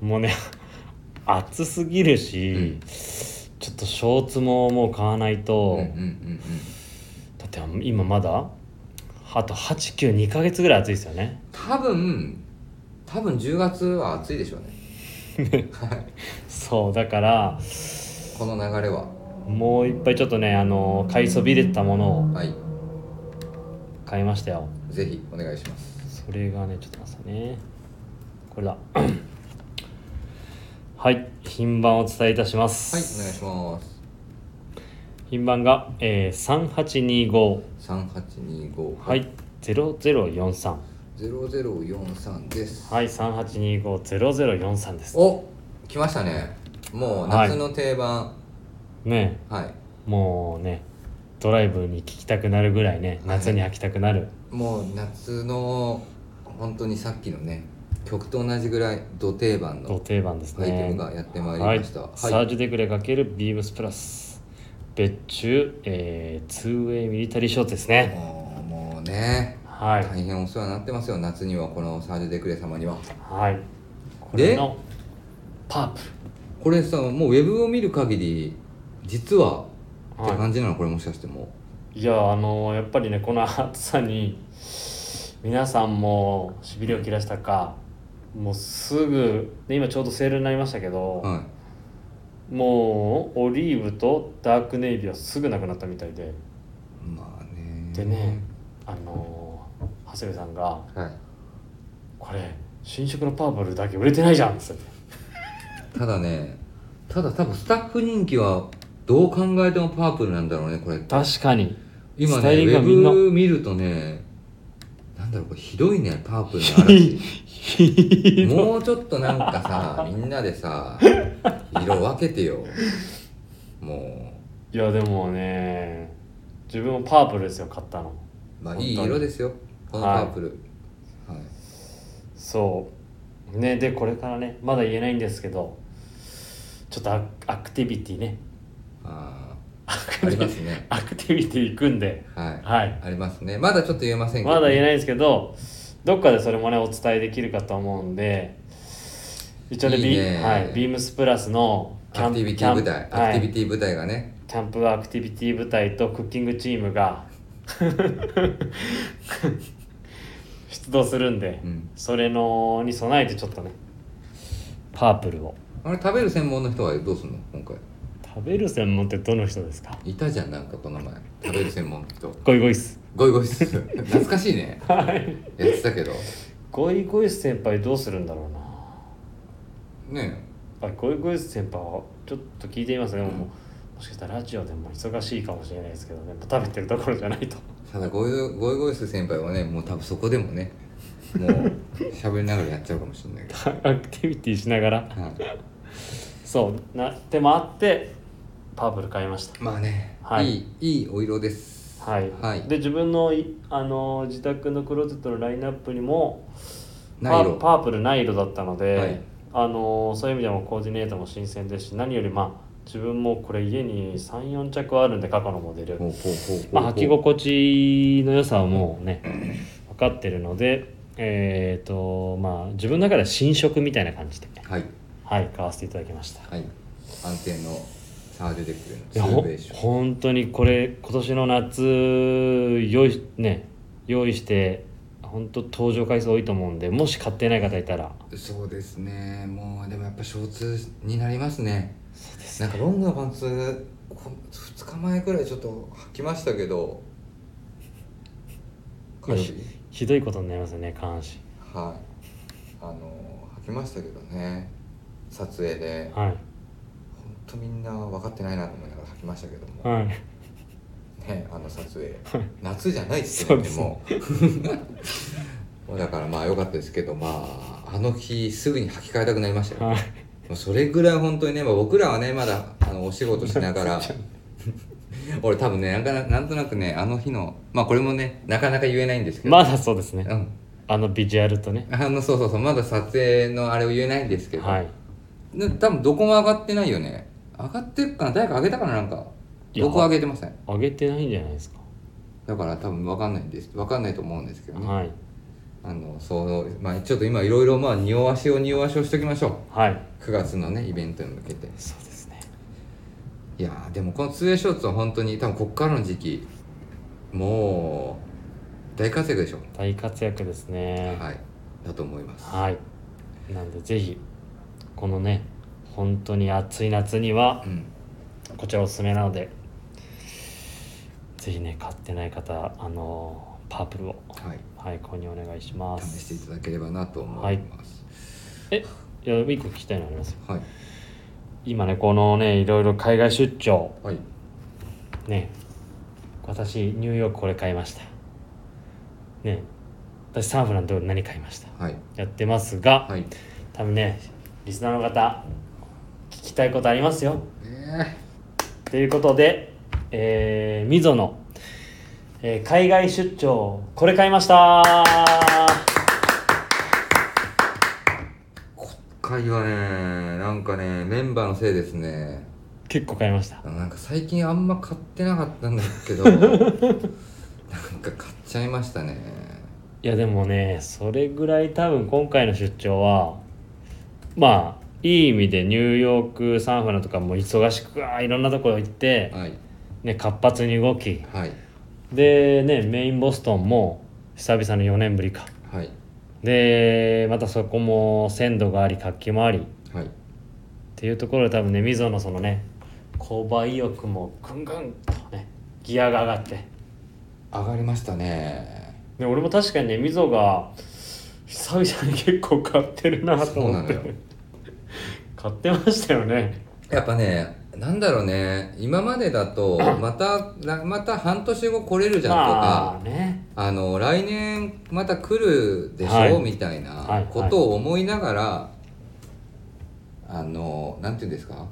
[SPEAKER 1] もうね *laughs* 暑すぎるし、
[SPEAKER 2] うん
[SPEAKER 1] ちょっとショーツももう買わないと、
[SPEAKER 2] うんうんうんうん
[SPEAKER 1] だって今まだあと892ヶ月ぐらい暑いですよね
[SPEAKER 2] 多分多分10月は暑いでしょうね
[SPEAKER 1] そうだから
[SPEAKER 2] この流れは
[SPEAKER 1] もういっぱいちょっとねあの買いそびれてたものを
[SPEAKER 2] はい
[SPEAKER 1] 買いましたよ
[SPEAKER 2] ぜひお願いします
[SPEAKER 1] それがねちょっと待ってくださいねこれだ *clears throat* はい品番をお伝えいたしま
[SPEAKER 2] はい
[SPEAKER 1] す、
[SPEAKER 2] お願いします
[SPEAKER 1] 品番が、えー、
[SPEAKER 2] 3825
[SPEAKER 1] 3825はい0043
[SPEAKER 2] 0043です
[SPEAKER 1] はい38250043です
[SPEAKER 2] お来ましたねもう夏の定番
[SPEAKER 1] ね
[SPEAKER 2] はい、
[SPEAKER 1] えもうねドライブに聴きたくなるぐらいね夏に履きたくなる、
[SPEAKER 2] もう夏の本当にさっきのね曲と同じぐらいど定番
[SPEAKER 1] ど
[SPEAKER 2] の
[SPEAKER 1] 定番です
[SPEAKER 2] アイテ
[SPEAKER 1] ね
[SPEAKER 2] ムがやってまいりました
[SPEAKER 1] はい、
[SPEAKER 2] は
[SPEAKER 1] サ
[SPEAKER 2] い、
[SPEAKER 1] ージュデクレ×ビームスプラス別注、えー、2way ミリタリーショーツですね
[SPEAKER 2] もうもうね
[SPEAKER 1] はい、
[SPEAKER 2] 大変お世話になってますよ夏にはこのサージュ・デクレ様には
[SPEAKER 1] はいこ
[SPEAKER 2] で
[SPEAKER 1] れのパープ
[SPEAKER 2] これさもうウェブを見る限り実は
[SPEAKER 1] は
[SPEAKER 2] っ
[SPEAKER 1] い
[SPEAKER 2] て感じなのこれもしかしても
[SPEAKER 1] ルいやあのやっぱりねこの暑さに皆さんもしびれを切らしたかもうすぐで今ちょうどセールになりましたけど、
[SPEAKER 2] うはい
[SPEAKER 1] もうオリーブとダークネイビーはすぐなくなったみたいで
[SPEAKER 2] まあね
[SPEAKER 1] でねあのー長谷部さんが
[SPEAKER 2] はい
[SPEAKER 1] 「これ新色のパープルだけ売れてないじゃん」っつって
[SPEAKER 2] ただねただ多分スタッフ人気はどう考えてもパープルなんだろうねこれ
[SPEAKER 1] 確か *laughs* に
[SPEAKER 2] 今
[SPEAKER 1] スタイリ
[SPEAKER 2] ねウ
[SPEAKER 1] ングが
[SPEAKER 2] ェ
[SPEAKER 1] みんな
[SPEAKER 2] ブ見るとねなんだろうこれひどいねパープル
[SPEAKER 1] *laughs*
[SPEAKER 2] の嵐もうちょっとなんかさみんなでさ色分けてよも
[SPEAKER 1] いやでもね自分もパープルですよ買ったの
[SPEAKER 2] うまあいい色ですよこのパープルはい
[SPEAKER 1] そうねでこれからねまだ言えないんですけどちょっとアアクティビティね
[SPEAKER 2] あ
[SPEAKER 1] *laughs*
[SPEAKER 2] ーありますね。
[SPEAKER 1] アクティビティ行くんで
[SPEAKER 2] はい。
[SPEAKER 1] はい
[SPEAKER 2] ありますね。まだちょっと言えませんけど、
[SPEAKER 1] まだ言え
[SPEAKER 2] い。
[SPEAKER 1] ないんですけどどっかでそれもねお伝えできるかと思うんで一応ね
[SPEAKER 2] いい
[SPEAKER 1] ビ
[SPEAKER 2] ね
[SPEAKER 1] はい、ビームスプラスのキ
[SPEAKER 2] ア
[SPEAKER 1] ャンプ
[SPEAKER 2] クティビ
[SPEAKER 1] キ
[SPEAKER 2] ティ
[SPEAKER 1] ャン
[SPEAKER 2] 部
[SPEAKER 1] プ
[SPEAKER 2] 隊、
[SPEAKER 1] は
[SPEAKER 2] アクティビ
[SPEAKER 1] い
[SPEAKER 2] ティ部隊がね、
[SPEAKER 1] キャンプアクティビティ部隊とクッキングチームが *laughs* 出動するんで、
[SPEAKER 2] うん
[SPEAKER 1] それのに備えてちょっとねパープルを
[SPEAKER 2] あれ食べる専門の人はどうすんの今回。
[SPEAKER 1] 食べる専門ってどの人ですか
[SPEAKER 2] いたじゃん、なんかこの前。食べる専門の人。
[SPEAKER 1] ゴイゴイス
[SPEAKER 2] ゴイゴイ
[SPEAKER 1] *laughs*
[SPEAKER 2] ス。懐かしいね。
[SPEAKER 1] はい
[SPEAKER 2] やってたけど。
[SPEAKER 1] ゴイゴイス先輩どうするんだろう
[SPEAKER 2] ね
[SPEAKER 1] なあゴイゴイス先輩はちょっと聞いてみますね、もうもしかしたらラジオでも忙しいかもしれないですけどね食べてるところじゃないと
[SPEAKER 2] え。ただゴイゴイ、ゴイゴイス先輩はね、もう多分そこでもね、もう喋りながらやっちゃうかもしれないけど。
[SPEAKER 1] アクティビティしながら
[SPEAKER 2] はい
[SPEAKER 1] そうなってもあってパープル買いました
[SPEAKER 2] まあね、
[SPEAKER 1] はい
[SPEAKER 2] いい、いいお色です。
[SPEAKER 1] はい、
[SPEAKER 2] はい
[SPEAKER 1] で自分のい、あのー自宅のクローゼットのラインナップにも
[SPEAKER 2] ナイロ
[SPEAKER 1] パパープルナイロだったので、
[SPEAKER 2] はい
[SPEAKER 1] あのーそういう意味でもコーディネートも新鮮ですし何よりまあ自分もこれ家に34着はあるんで過去のモデル、
[SPEAKER 2] ほうほうほうほうほう
[SPEAKER 1] まあ、履き心地の良さはもう
[SPEAKER 2] *clears throat*
[SPEAKER 1] ね分かってるのでえっ、とまあ自分の中では新色みたいな感じで
[SPEAKER 2] はい。
[SPEAKER 1] はい買わせていただきました
[SPEAKER 2] はい、安定のサージュデクレの
[SPEAKER 1] い
[SPEAKER 2] ツ
[SPEAKER 1] や
[SPEAKER 2] ー
[SPEAKER 1] ほ
[SPEAKER 2] ベーション
[SPEAKER 1] 本当にこれ今年の夏用意ね用意して本当登場回数多いと思うんでもし買ってない方いたら
[SPEAKER 2] そうですねもうでもやっぱショーツになりますねなんかロングのパンツこ2日前くらいちょっと履きましたけど
[SPEAKER 1] ま
[SPEAKER 2] か
[SPEAKER 1] あ
[SPEAKER 2] し
[SPEAKER 1] ひひどいことになりますよね下半身
[SPEAKER 2] はいあの履きましたけどね撮影で本
[SPEAKER 1] はい
[SPEAKER 2] 当みんな分かってないなと思いながら履きましたけども、
[SPEAKER 1] はい
[SPEAKER 2] ねあの撮影
[SPEAKER 1] *laughs*
[SPEAKER 2] 夏じゃないっす
[SPEAKER 1] そ
[SPEAKER 2] よ
[SPEAKER 1] う
[SPEAKER 2] ね
[SPEAKER 1] です
[SPEAKER 2] も *laughs* うもうだからまあ良かったですけどまああの日すぐに履き替えたくなりましたよ
[SPEAKER 1] はい
[SPEAKER 2] もうそれぐらい本当にね、まあ、僕らはねまだあのお仕事しな
[SPEAKER 1] *laughs*
[SPEAKER 2] がら俺多分ねなんかななんとなくねあの日のまあこれもねなかなか言えないんですけど、
[SPEAKER 1] まだそうですね、
[SPEAKER 2] うん、
[SPEAKER 1] あのビジュアルとね
[SPEAKER 2] あのそうそうそうまだ撮影のあれを言えないんですけど、
[SPEAKER 1] はい
[SPEAKER 2] ね多分どこも上がってないよね上がってるかな誰か上げたかななんか
[SPEAKER 1] いや
[SPEAKER 2] 僕は上げてません
[SPEAKER 1] 上げてないんじゃないですか、
[SPEAKER 2] だから多分分かんないんです分かんないと思うんですけどね、
[SPEAKER 1] はい
[SPEAKER 2] あのそのまあちょっと今いろいろまあ匂わしを匂わしをしときましょ
[SPEAKER 1] はい
[SPEAKER 2] うん9月のねイベントに向けて
[SPEAKER 1] そうですね
[SPEAKER 2] いやーでもこの 2way ショーツは本当に多分こっからの時期もう大活躍でしょ
[SPEAKER 1] 大活躍ですね
[SPEAKER 2] はいだと思います
[SPEAKER 1] はいなんでぜひこのね本当に暑い夏には
[SPEAKER 2] うん
[SPEAKER 1] こちらおすすめなのでぜひね買ってない方あのパープルを
[SPEAKER 2] はい
[SPEAKER 1] はい購入お願いしま
[SPEAKER 2] 試
[SPEAKER 1] す
[SPEAKER 2] していただければなと思います
[SPEAKER 1] えいや一個聞きたいのありますよ
[SPEAKER 2] はい
[SPEAKER 1] 今ねこのねいろいろ海外出張
[SPEAKER 2] はい、
[SPEAKER 1] ね私ニューヨークこれ買いましたね私サンフランド何買いました
[SPEAKER 2] はい
[SPEAKER 1] やってますが、
[SPEAKER 2] はい
[SPEAKER 1] 多分ねリスナーの方聞きたいことありますよ
[SPEAKER 2] え
[SPEAKER 1] ということで、えー、みぞの、えー海外出張これ買いました
[SPEAKER 2] ー、国会はねなんかねメンバーのせいですね
[SPEAKER 1] 結構買いました
[SPEAKER 2] あのなんか最近あんま買ってなかったんだけ *laughs* どなんか買っちゃいましたね
[SPEAKER 1] いやでもねそれぐらい多分今回の出張はまあいい意味でニューヨークサンフランとかも忙しくあーいろんなところ行って、
[SPEAKER 2] はい
[SPEAKER 1] ね、活発に動き
[SPEAKER 2] はい
[SPEAKER 1] でねメインボストンも久々の4年ぶりか
[SPEAKER 2] はい
[SPEAKER 1] でまたそこも鮮度があり活気もありっ
[SPEAKER 2] はい
[SPEAKER 1] ていうところで多分ねみぞのそのね購買意欲もぐんぐんとねギアが上がって
[SPEAKER 2] 上がりましたね
[SPEAKER 1] で俺も確かにねみぞが久々に結構買ってるなと思っ
[SPEAKER 2] そうなの
[SPEAKER 1] て
[SPEAKER 2] よ
[SPEAKER 1] 買ってましたよね
[SPEAKER 2] やっぱねなんだろうね今までだ
[SPEAKER 1] *coughs*
[SPEAKER 2] とまたらまた半年後来れるじゃんと
[SPEAKER 1] ま
[SPEAKER 2] か
[SPEAKER 1] あね
[SPEAKER 2] あの来年また来るでしょ、
[SPEAKER 1] はい
[SPEAKER 2] みた
[SPEAKER 1] はい
[SPEAKER 2] いなことを思いながら、あのなんて言うんですか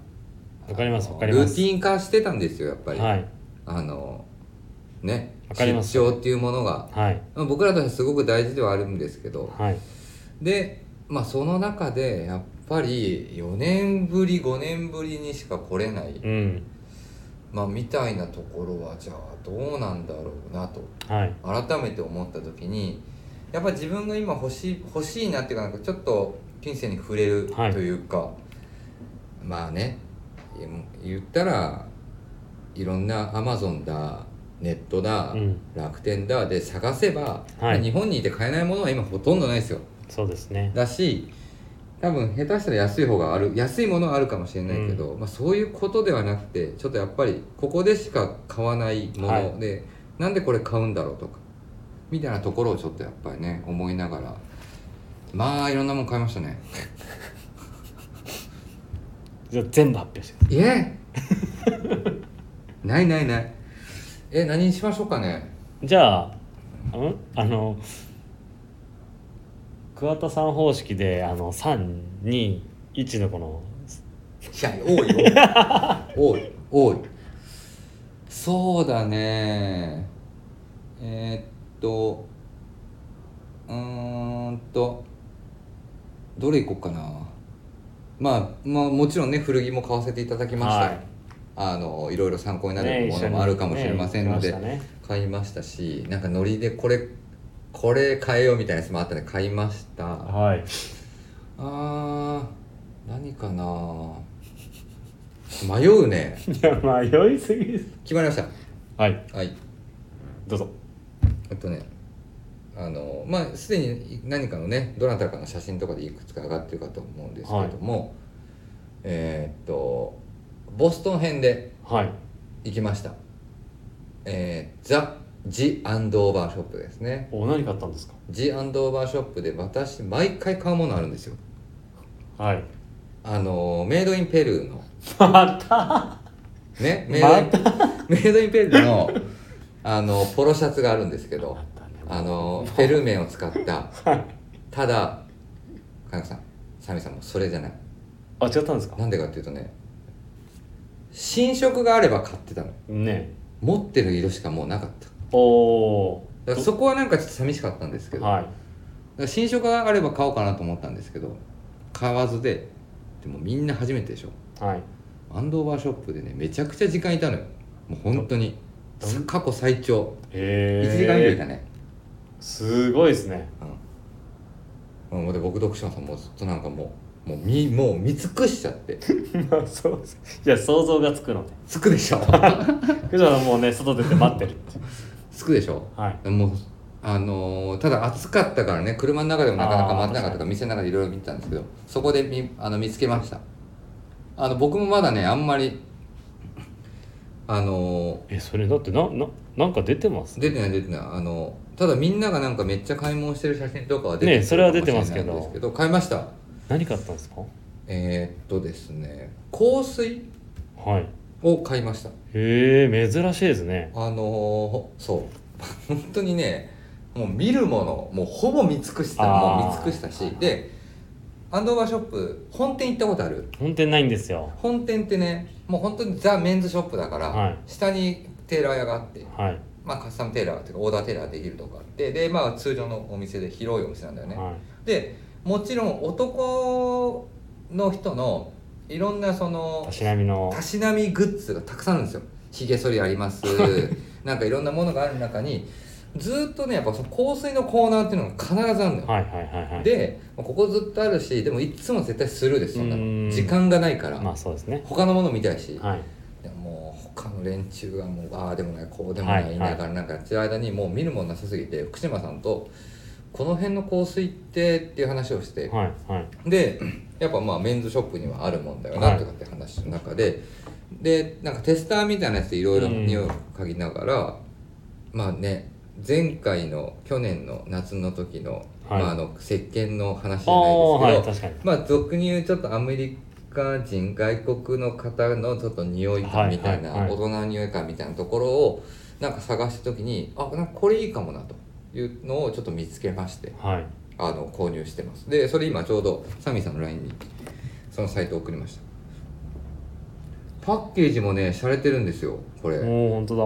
[SPEAKER 1] わかりますわかり
[SPEAKER 2] ル
[SPEAKER 1] ま
[SPEAKER 2] ー
[SPEAKER 1] す
[SPEAKER 2] ティン化してたんですよやっぱり、
[SPEAKER 1] はい
[SPEAKER 2] あのね
[SPEAKER 1] わかります
[SPEAKER 2] 出張っていうものが
[SPEAKER 1] はい
[SPEAKER 2] まあ僕らとしてはすごく大事ではあるんですけど
[SPEAKER 1] はい
[SPEAKER 2] でまあその中でやっぱり4年ぶり5年ぶりにしか来れない、
[SPEAKER 1] うん
[SPEAKER 2] まあみたいなところはじゃあどうなんだろうなと
[SPEAKER 1] はい
[SPEAKER 2] 改めて思った時にやっぱ自分が今欲しい欲しいなっていうかなんかちょっと金銭に触れる
[SPEAKER 1] はい
[SPEAKER 2] というか、まあね言ったらいろんなアマゾンだネットだ、
[SPEAKER 1] うん
[SPEAKER 2] 楽天だで探せば、ま
[SPEAKER 1] は
[SPEAKER 2] あ
[SPEAKER 1] い
[SPEAKER 2] 日本にいて買えないものは今ほとんどないですよ
[SPEAKER 1] そうですね
[SPEAKER 2] だし多分下手したら安い方がある安いものはあるかもしれないけど、まあ、そういうことではなくてちょっとやっぱりここでしか買わないもので、なんでこれ買うんだろうとかみたいなところをちょっとやっぱりね思いながらまあいろんなもん買いましたね
[SPEAKER 1] じゃあ全部発表してく
[SPEAKER 2] いえ *laughs* ないないないえ何にしましょうかね
[SPEAKER 1] ださいじゃあうんあの桑田さん方式であの321のこの
[SPEAKER 2] いや *laughs* 多い多い多い多いそうだねえーっとうーんとどれいこうかなまあまあもちろんね古着も買わせていただきました、
[SPEAKER 1] はい
[SPEAKER 2] あのいろいろ参考にな
[SPEAKER 1] ね
[SPEAKER 2] るものもあるかもしれませんので、
[SPEAKER 1] 一緒にね
[SPEAKER 2] 買いましたしなんかノリでこれこれ買えようみたいなやつもあったんで買いました
[SPEAKER 1] はい
[SPEAKER 2] あー何かな迷うね
[SPEAKER 1] いや迷いすぎです
[SPEAKER 2] 決まりまし
[SPEAKER 1] はい
[SPEAKER 2] たはい
[SPEAKER 1] どうぞ
[SPEAKER 2] えっとねあのまあすでに何かのねどなたかの写真とかでいくつか上がってるかと思うんですけれども、えーっとボストン編で
[SPEAKER 1] はい
[SPEAKER 2] 行きましたえー、ザ・ジ・アンド・オーバーショップですね
[SPEAKER 1] お何買ったんですか
[SPEAKER 2] ジ・アンド・オーバーショップで私毎回買うものあるんですよ
[SPEAKER 1] はい
[SPEAKER 2] あのメイド・イン・ペルーの
[SPEAKER 1] また
[SPEAKER 2] ねメイドイ
[SPEAKER 1] ま
[SPEAKER 2] ンメイドインペルーのあのポロシャツがあるんですけどあのペルー麺を使った
[SPEAKER 1] はい
[SPEAKER 2] ただ佳菜子さんサミさんもそれじゃない
[SPEAKER 1] あ違ったんですか
[SPEAKER 2] なんでかっていうとね新色があれば買ってたの
[SPEAKER 1] ね
[SPEAKER 2] 持ってる色しかもうなかった
[SPEAKER 1] おお
[SPEAKER 2] だからそこはなんかちょっと寂しかったんですけど、
[SPEAKER 1] はい
[SPEAKER 2] だから新色があれば買おうかなと思ったんですけど買わずででもみんな初めてでしょ
[SPEAKER 1] はい
[SPEAKER 2] アンドオーバーショップでねめちゃくちゃ時間いたのよもう本当に
[SPEAKER 1] どどん
[SPEAKER 2] 過去最長
[SPEAKER 1] へえ
[SPEAKER 2] 1時間以上いたね、
[SPEAKER 1] すごいですね
[SPEAKER 2] うんうん、で僕徳島さんもずっとなんかもうもう見もう見尽くしちゃって *laughs*
[SPEAKER 1] まあそうです *laughs* いや想像がつくので
[SPEAKER 2] つくでしょ
[SPEAKER 1] 九条さんもうね外出て待ってるって
[SPEAKER 2] つくでしょ
[SPEAKER 1] はい
[SPEAKER 2] もうあのーただ暑かったからね車の中でもなかなか待てなかったか
[SPEAKER 1] あ
[SPEAKER 2] ら店の中でいろいろ見てたんですけどそこで見あの見つけましたあの僕もまだねあんまりあの
[SPEAKER 1] えそれだってなななんか出てます
[SPEAKER 2] ー出てない出てないあのーただみんながなんかめっちゃ買い物してる写真とかは出て
[SPEAKER 1] ねそれは出てますけど
[SPEAKER 2] かもしれないんですけど買いました
[SPEAKER 1] 何買ったんですか
[SPEAKER 2] えーっとですね香水
[SPEAKER 1] はい
[SPEAKER 2] を買いました
[SPEAKER 1] へえ珍しいですね
[SPEAKER 2] あのー、そう *laughs* 本当にねもう見るものもうほぼ見尽くした
[SPEAKER 1] あー
[SPEAKER 2] もう見尽くしたしでアンドオーバーショップ本店行ったことある
[SPEAKER 1] 本店ないんですよ
[SPEAKER 2] 本店ってねもう本当にザ・メンズショップだから、
[SPEAKER 1] はい
[SPEAKER 2] 下にテーラー屋があって、
[SPEAKER 1] はい
[SPEAKER 2] まあ、カスタムテーラーっていうかオーダーテーラーできるとこあってでまあ通常のお店で広いお店なんだよね、
[SPEAKER 1] は
[SPEAKER 2] でもちろん男の人のいろんなその
[SPEAKER 1] いたしなみの
[SPEAKER 2] たしなみグッズがたくさんあるんですよひげ剃りあります
[SPEAKER 1] *laughs*
[SPEAKER 2] なんかいろんなものがある中にずっとねやっぱその香水のコーナーっていうのが必ずあるのよ、
[SPEAKER 1] はいはいはいはい
[SPEAKER 2] でまあここずっとあるしでもいつも絶対スルーですそんな
[SPEAKER 1] う
[SPEAKER 2] の
[SPEAKER 1] ーん
[SPEAKER 2] 時間がないから、
[SPEAKER 1] まあそうですね
[SPEAKER 2] 他のもの見たいし、
[SPEAKER 1] はい
[SPEAKER 2] でももう他の連中がもうああでもないこうでもない、
[SPEAKER 1] はい
[SPEAKER 2] いながらなんかやってる間にもう見るもんなさすぎて福島さんと「この辺の香水って」っていう話をして、
[SPEAKER 1] はいはい
[SPEAKER 2] でやっぱまあメンズショップにはあるもんだよなとかって話の中で、でなんかテスターみたいなやつでいろいろ
[SPEAKER 1] うん
[SPEAKER 2] 匂いを嗅ぎながら、まあね前回の去年の夏の時の、
[SPEAKER 1] はい
[SPEAKER 2] まあ、あの石鹸の話じ
[SPEAKER 1] あ
[SPEAKER 2] ゃない
[SPEAKER 1] あはい
[SPEAKER 2] です
[SPEAKER 1] 確か
[SPEAKER 2] けど、
[SPEAKER 1] に
[SPEAKER 2] まあ俗に言うちょっとアメリカ人外国の方のちょっと匂い感みたいな、
[SPEAKER 1] はいはいはい
[SPEAKER 2] 大人の匂い感みたいなところをなんか探した時にあなんかこれいいかもなというのをちょっと見つけまして。
[SPEAKER 1] はい
[SPEAKER 2] あの購入してますでそれ今ちょうどサミーさんの LINE にそのサイト送りましたパッケージもね洒落てるんですよこれ
[SPEAKER 1] おお本当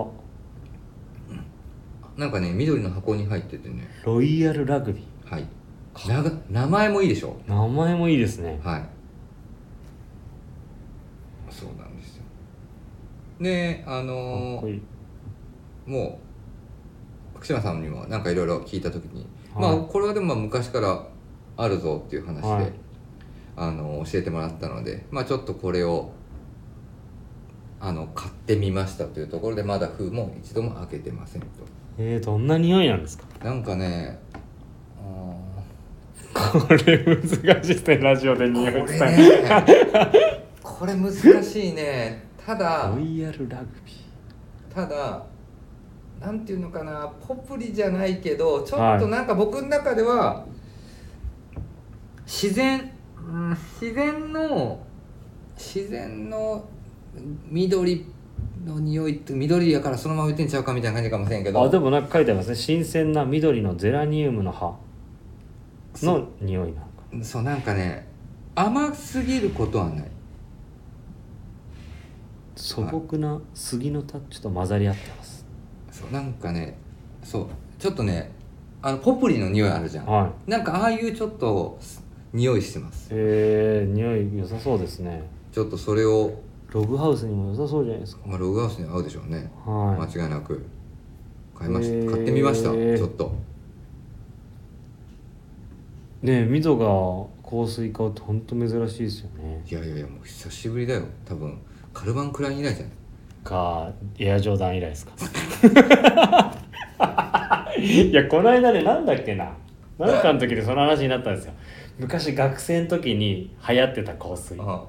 [SPEAKER 1] だ
[SPEAKER 2] なんかね緑の箱に入っててね
[SPEAKER 1] ロイヤルラグビ
[SPEAKER 2] はいなが名前もいいでしょ
[SPEAKER 1] ー名前もいいですね
[SPEAKER 2] はいそうなんですよであ
[SPEAKER 1] かっ
[SPEAKER 2] の
[SPEAKER 1] こ
[SPEAKER 2] ー
[SPEAKER 1] いい
[SPEAKER 2] もう福島さんにもなんかいろいろ聞いた時に、
[SPEAKER 1] はい
[SPEAKER 2] まあこれはでもまあ昔からあるぞっていう話で、
[SPEAKER 1] はい
[SPEAKER 2] あの教えてもらったのでまあちょっとこれをあの買ってみましたというところでまだ封も一度も開けてませんと
[SPEAKER 1] えー、どんな匂いなんですか
[SPEAKER 2] なんかねあ
[SPEAKER 1] これ難しいですねラジオで匂
[SPEAKER 2] ー
[SPEAKER 1] い伝
[SPEAKER 2] こ
[SPEAKER 1] え
[SPEAKER 2] れ
[SPEAKER 1] る
[SPEAKER 2] ねこれ難しいねただ
[SPEAKER 1] ロイヤルラグビ
[SPEAKER 2] ただなんていうのかなポプリじゃないけどちょ
[SPEAKER 1] は
[SPEAKER 2] っと
[SPEAKER 1] い
[SPEAKER 2] なんか僕の中では、自然、うん自然の自然の緑の匂いって緑やからそのまま言ってんちゃうかみたいな感じかもしれんけ
[SPEAKER 1] ーあ
[SPEAKER 2] ど
[SPEAKER 1] でもなんか書いてありますね新鮮な緑のゼラニウムの葉の匂いなのか
[SPEAKER 2] そうなんかね甘すぎることはない
[SPEAKER 1] 素朴な杉のタッチと混ざり合ってます
[SPEAKER 2] そうなんかねそうちょっとねあのポプリの匂いあるじゃん
[SPEAKER 1] はい
[SPEAKER 2] なんかああいうちょっと匂いしてます
[SPEAKER 1] えー、匂い良さそうですね
[SPEAKER 2] ちょっとそれを
[SPEAKER 1] ログハウスにも良さそうじゃないですか
[SPEAKER 2] まあ、ログハウスに合うでしょうね、
[SPEAKER 1] はい
[SPEAKER 2] 間違いなく買いました、
[SPEAKER 1] へー
[SPEAKER 2] 買ってみましたちょっと
[SPEAKER 1] ねえ溝が香水買うってほんと珍しいですよね
[SPEAKER 2] いやいやいやもう久しぶりだよ多分カルバンクライン以来じゃない
[SPEAKER 1] かエアジョーダン以来ですか *laughs* いやこの間ねなんだっけななんかの時でその話になったんですよ昔学生の時に流行ってた香水は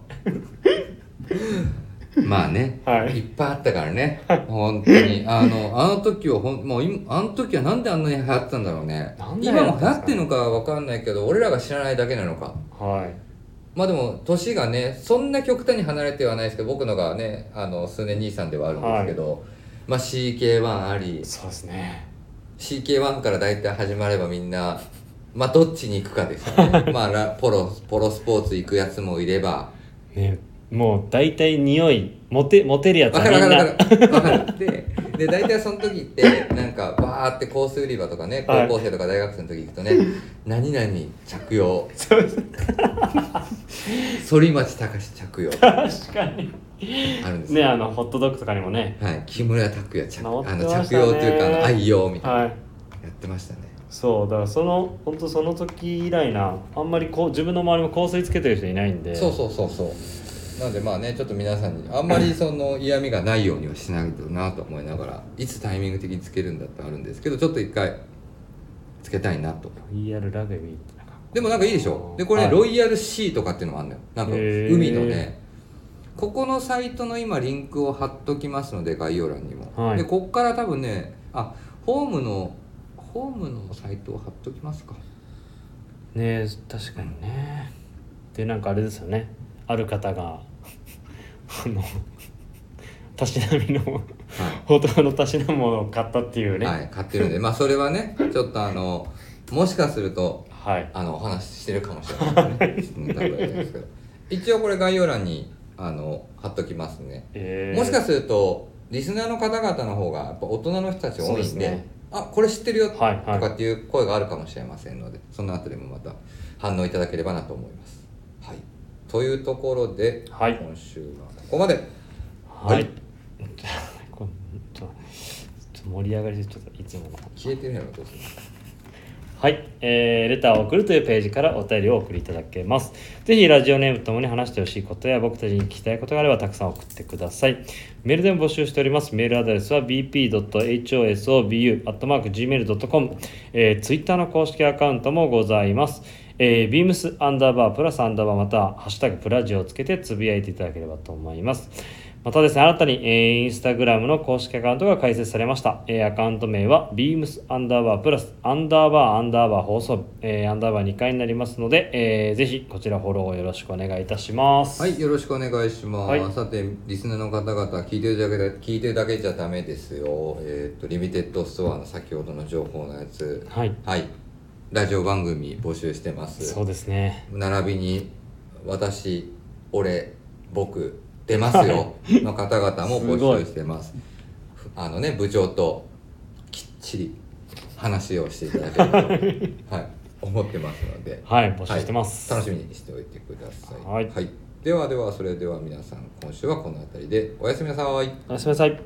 [SPEAKER 2] あ *laughs* まあね、
[SPEAKER 1] はい
[SPEAKER 2] っぱいあったからね本当にあのあの時はほんもう今あの時はなんであんなに流行ってたんだろうね
[SPEAKER 1] なんで流
[SPEAKER 2] 今
[SPEAKER 1] 行
[SPEAKER 2] も
[SPEAKER 1] っ
[SPEAKER 2] 流
[SPEAKER 1] た
[SPEAKER 2] 行
[SPEAKER 1] んですかね
[SPEAKER 2] ってんのかわかんないけど俺らが知らないだけなのかまあでも年がねそんな極端に離れてはないですけど僕のがねあの数年兄さんではあるんですけど、まあ CK1 あり
[SPEAKER 1] いそうですね
[SPEAKER 2] CK1 から大体始まればみんな
[SPEAKER 1] *laughs*
[SPEAKER 2] まあどっちに行くかですよねまあラポロポロスポーツ行くやつもいれば
[SPEAKER 1] ねもう大体匂いモテモテるやつ
[SPEAKER 2] わ
[SPEAKER 1] は
[SPEAKER 2] か
[SPEAKER 1] み
[SPEAKER 2] る
[SPEAKER 1] ん
[SPEAKER 2] わか
[SPEAKER 1] な
[SPEAKER 2] るわかるわかるでで大体その時ってなんかバーってコース売り場とかね
[SPEAKER 1] はい
[SPEAKER 2] 高校生とか大学生の時行くとね「何々着用」「反町隆史着用」
[SPEAKER 1] 確かに
[SPEAKER 2] あるんです
[SPEAKER 1] ね
[SPEAKER 2] よ、
[SPEAKER 1] あのホットドッグとかにもね
[SPEAKER 2] はい、木村拓哉着,、
[SPEAKER 1] 治
[SPEAKER 2] あ
[SPEAKER 1] って
[SPEAKER 2] の
[SPEAKER 1] まし
[SPEAKER 2] 着
[SPEAKER 1] たね
[SPEAKER 2] 用というかあの愛用みたいな、
[SPEAKER 1] はい
[SPEAKER 2] やってましたね
[SPEAKER 1] そうだからその本当その時以来なあんまりこう自分の周りも香水つけてる人いないんで
[SPEAKER 2] そうそうそうそうなのでまあねちょっと皆さんにあんまりその嫌味がないようにはしないとなと思いながらいつタイミング的につけるんだってあるんですけどちょっと一回つけたいなと
[SPEAKER 1] ER ラグビーってなんか
[SPEAKER 2] でもなんかいいでしょでこれ、ね
[SPEAKER 1] はい
[SPEAKER 2] ロイヤル C とかっていうのもあるのよなんか
[SPEAKER 1] へー
[SPEAKER 2] 海のねここのサイトの今リンクを貼っときますので概要欄にも、
[SPEAKER 1] はい
[SPEAKER 2] でこっから多分ねあホームのホームのサイトを貼っときますか
[SPEAKER 1] ね確かにねでなんかあれですよねある方が *laughs* あのたしなみの *laughs*
[SPEAKER 2] は
[SPEAKER 1] 報道のたしなものを買ったっていう
[SPEAKER 2] い、
[SPEAKER 1] ね
[SPEAKER 2] はい、買ってるんでまあそれはねちょっとあのもしかすると
[SPEAKER 1] はい、
[SPEAKER 2] あのお話ししてるかもしれないですね多分ですけど一応これ概要欄にあの貼っときますね、
[SPEAKER 1] えー
[SPEAKER 2] もしかするとリスナーの方々の方がやっぱ大人の人たち多い
[SPEAKER 1] そ
[SPEAKER 2] ん
[SPEAKER 1] う
[SPEAKER 2] で
[SPEAKER 1] ですね
[SPEAKER 2] あこれ知ってるよと
[SPEAKER 1] はいはい
[SPEAKER 2] かっていう声があるかもしれませんのでそのあたりもまた反応いただければなと思います、はい、というところで、
[SPEAKER 1] はい
[SPEAKER 2] 今週はここまで
[SPEAKER 1] は
[SPEAKER 2] はいい。
[SPEAKER 1] *laughs* こうちょちょっと盛り上がりでちょっといつもの。
[SPEAKER 2] 消えてるやろどうする
[SPEAKER 1] はい、えーレターを送るというページからお便りをお送りいただけます。ぜひラジオネームともに話してほしいことや僕たちに聞きたいことがあればたくさん送ってください。メールでも募集しております。メールアドレスは bp.hosobu.gmail.com、えー、ツイッターの公式アカウントもございます。えー、ビームスアンダーバープラスアンダーバーまたはハッシュタグプラジオをつけてつぶやいていただければと思います。またですね、新たに、えーインスタグラムの公式アカウントが開設されました。えーアカウント名は、beams アンダーバープラス、アンダーバーアンダーバー放送部、えーアンダーバー2回になりますので、えーぜひこちらフォローをよろしくお願いいたします。
[SPEAKER 2] はい、よろしくお願いします。
[SPEAKER 1] はい
[SPEAKER 2] さて、リスナーの方々、聞いてるだけで、聞いてるだけじゃダメですよ。えっ、と、リミテッドストアの先ほどの情報のやつ。
[SPEAKER 1] はい。
[SPEAKER 2] はい、ラジオ番組募集してます
[SPEAKER 1] そ。うですね。
[SPEAKER 2] 並びに、私、俺、僕、出ますよ。の方々も募集してます。あのね、部長ときっちり話をしていただければと、はい、思ってますので。
[SPEAKER 1] はい、募集してます。
[SPEAKER 2] はい楽しみにしておいてくださ
[SPEAKER 1] は
[SPEAKER 2] い、
[SPEAKER 1] い
[SPEAKER 2] ではではそれでは皆さん今週はこの辺りでおやすみなさい
[SPEAKER 1] おやすみなさい。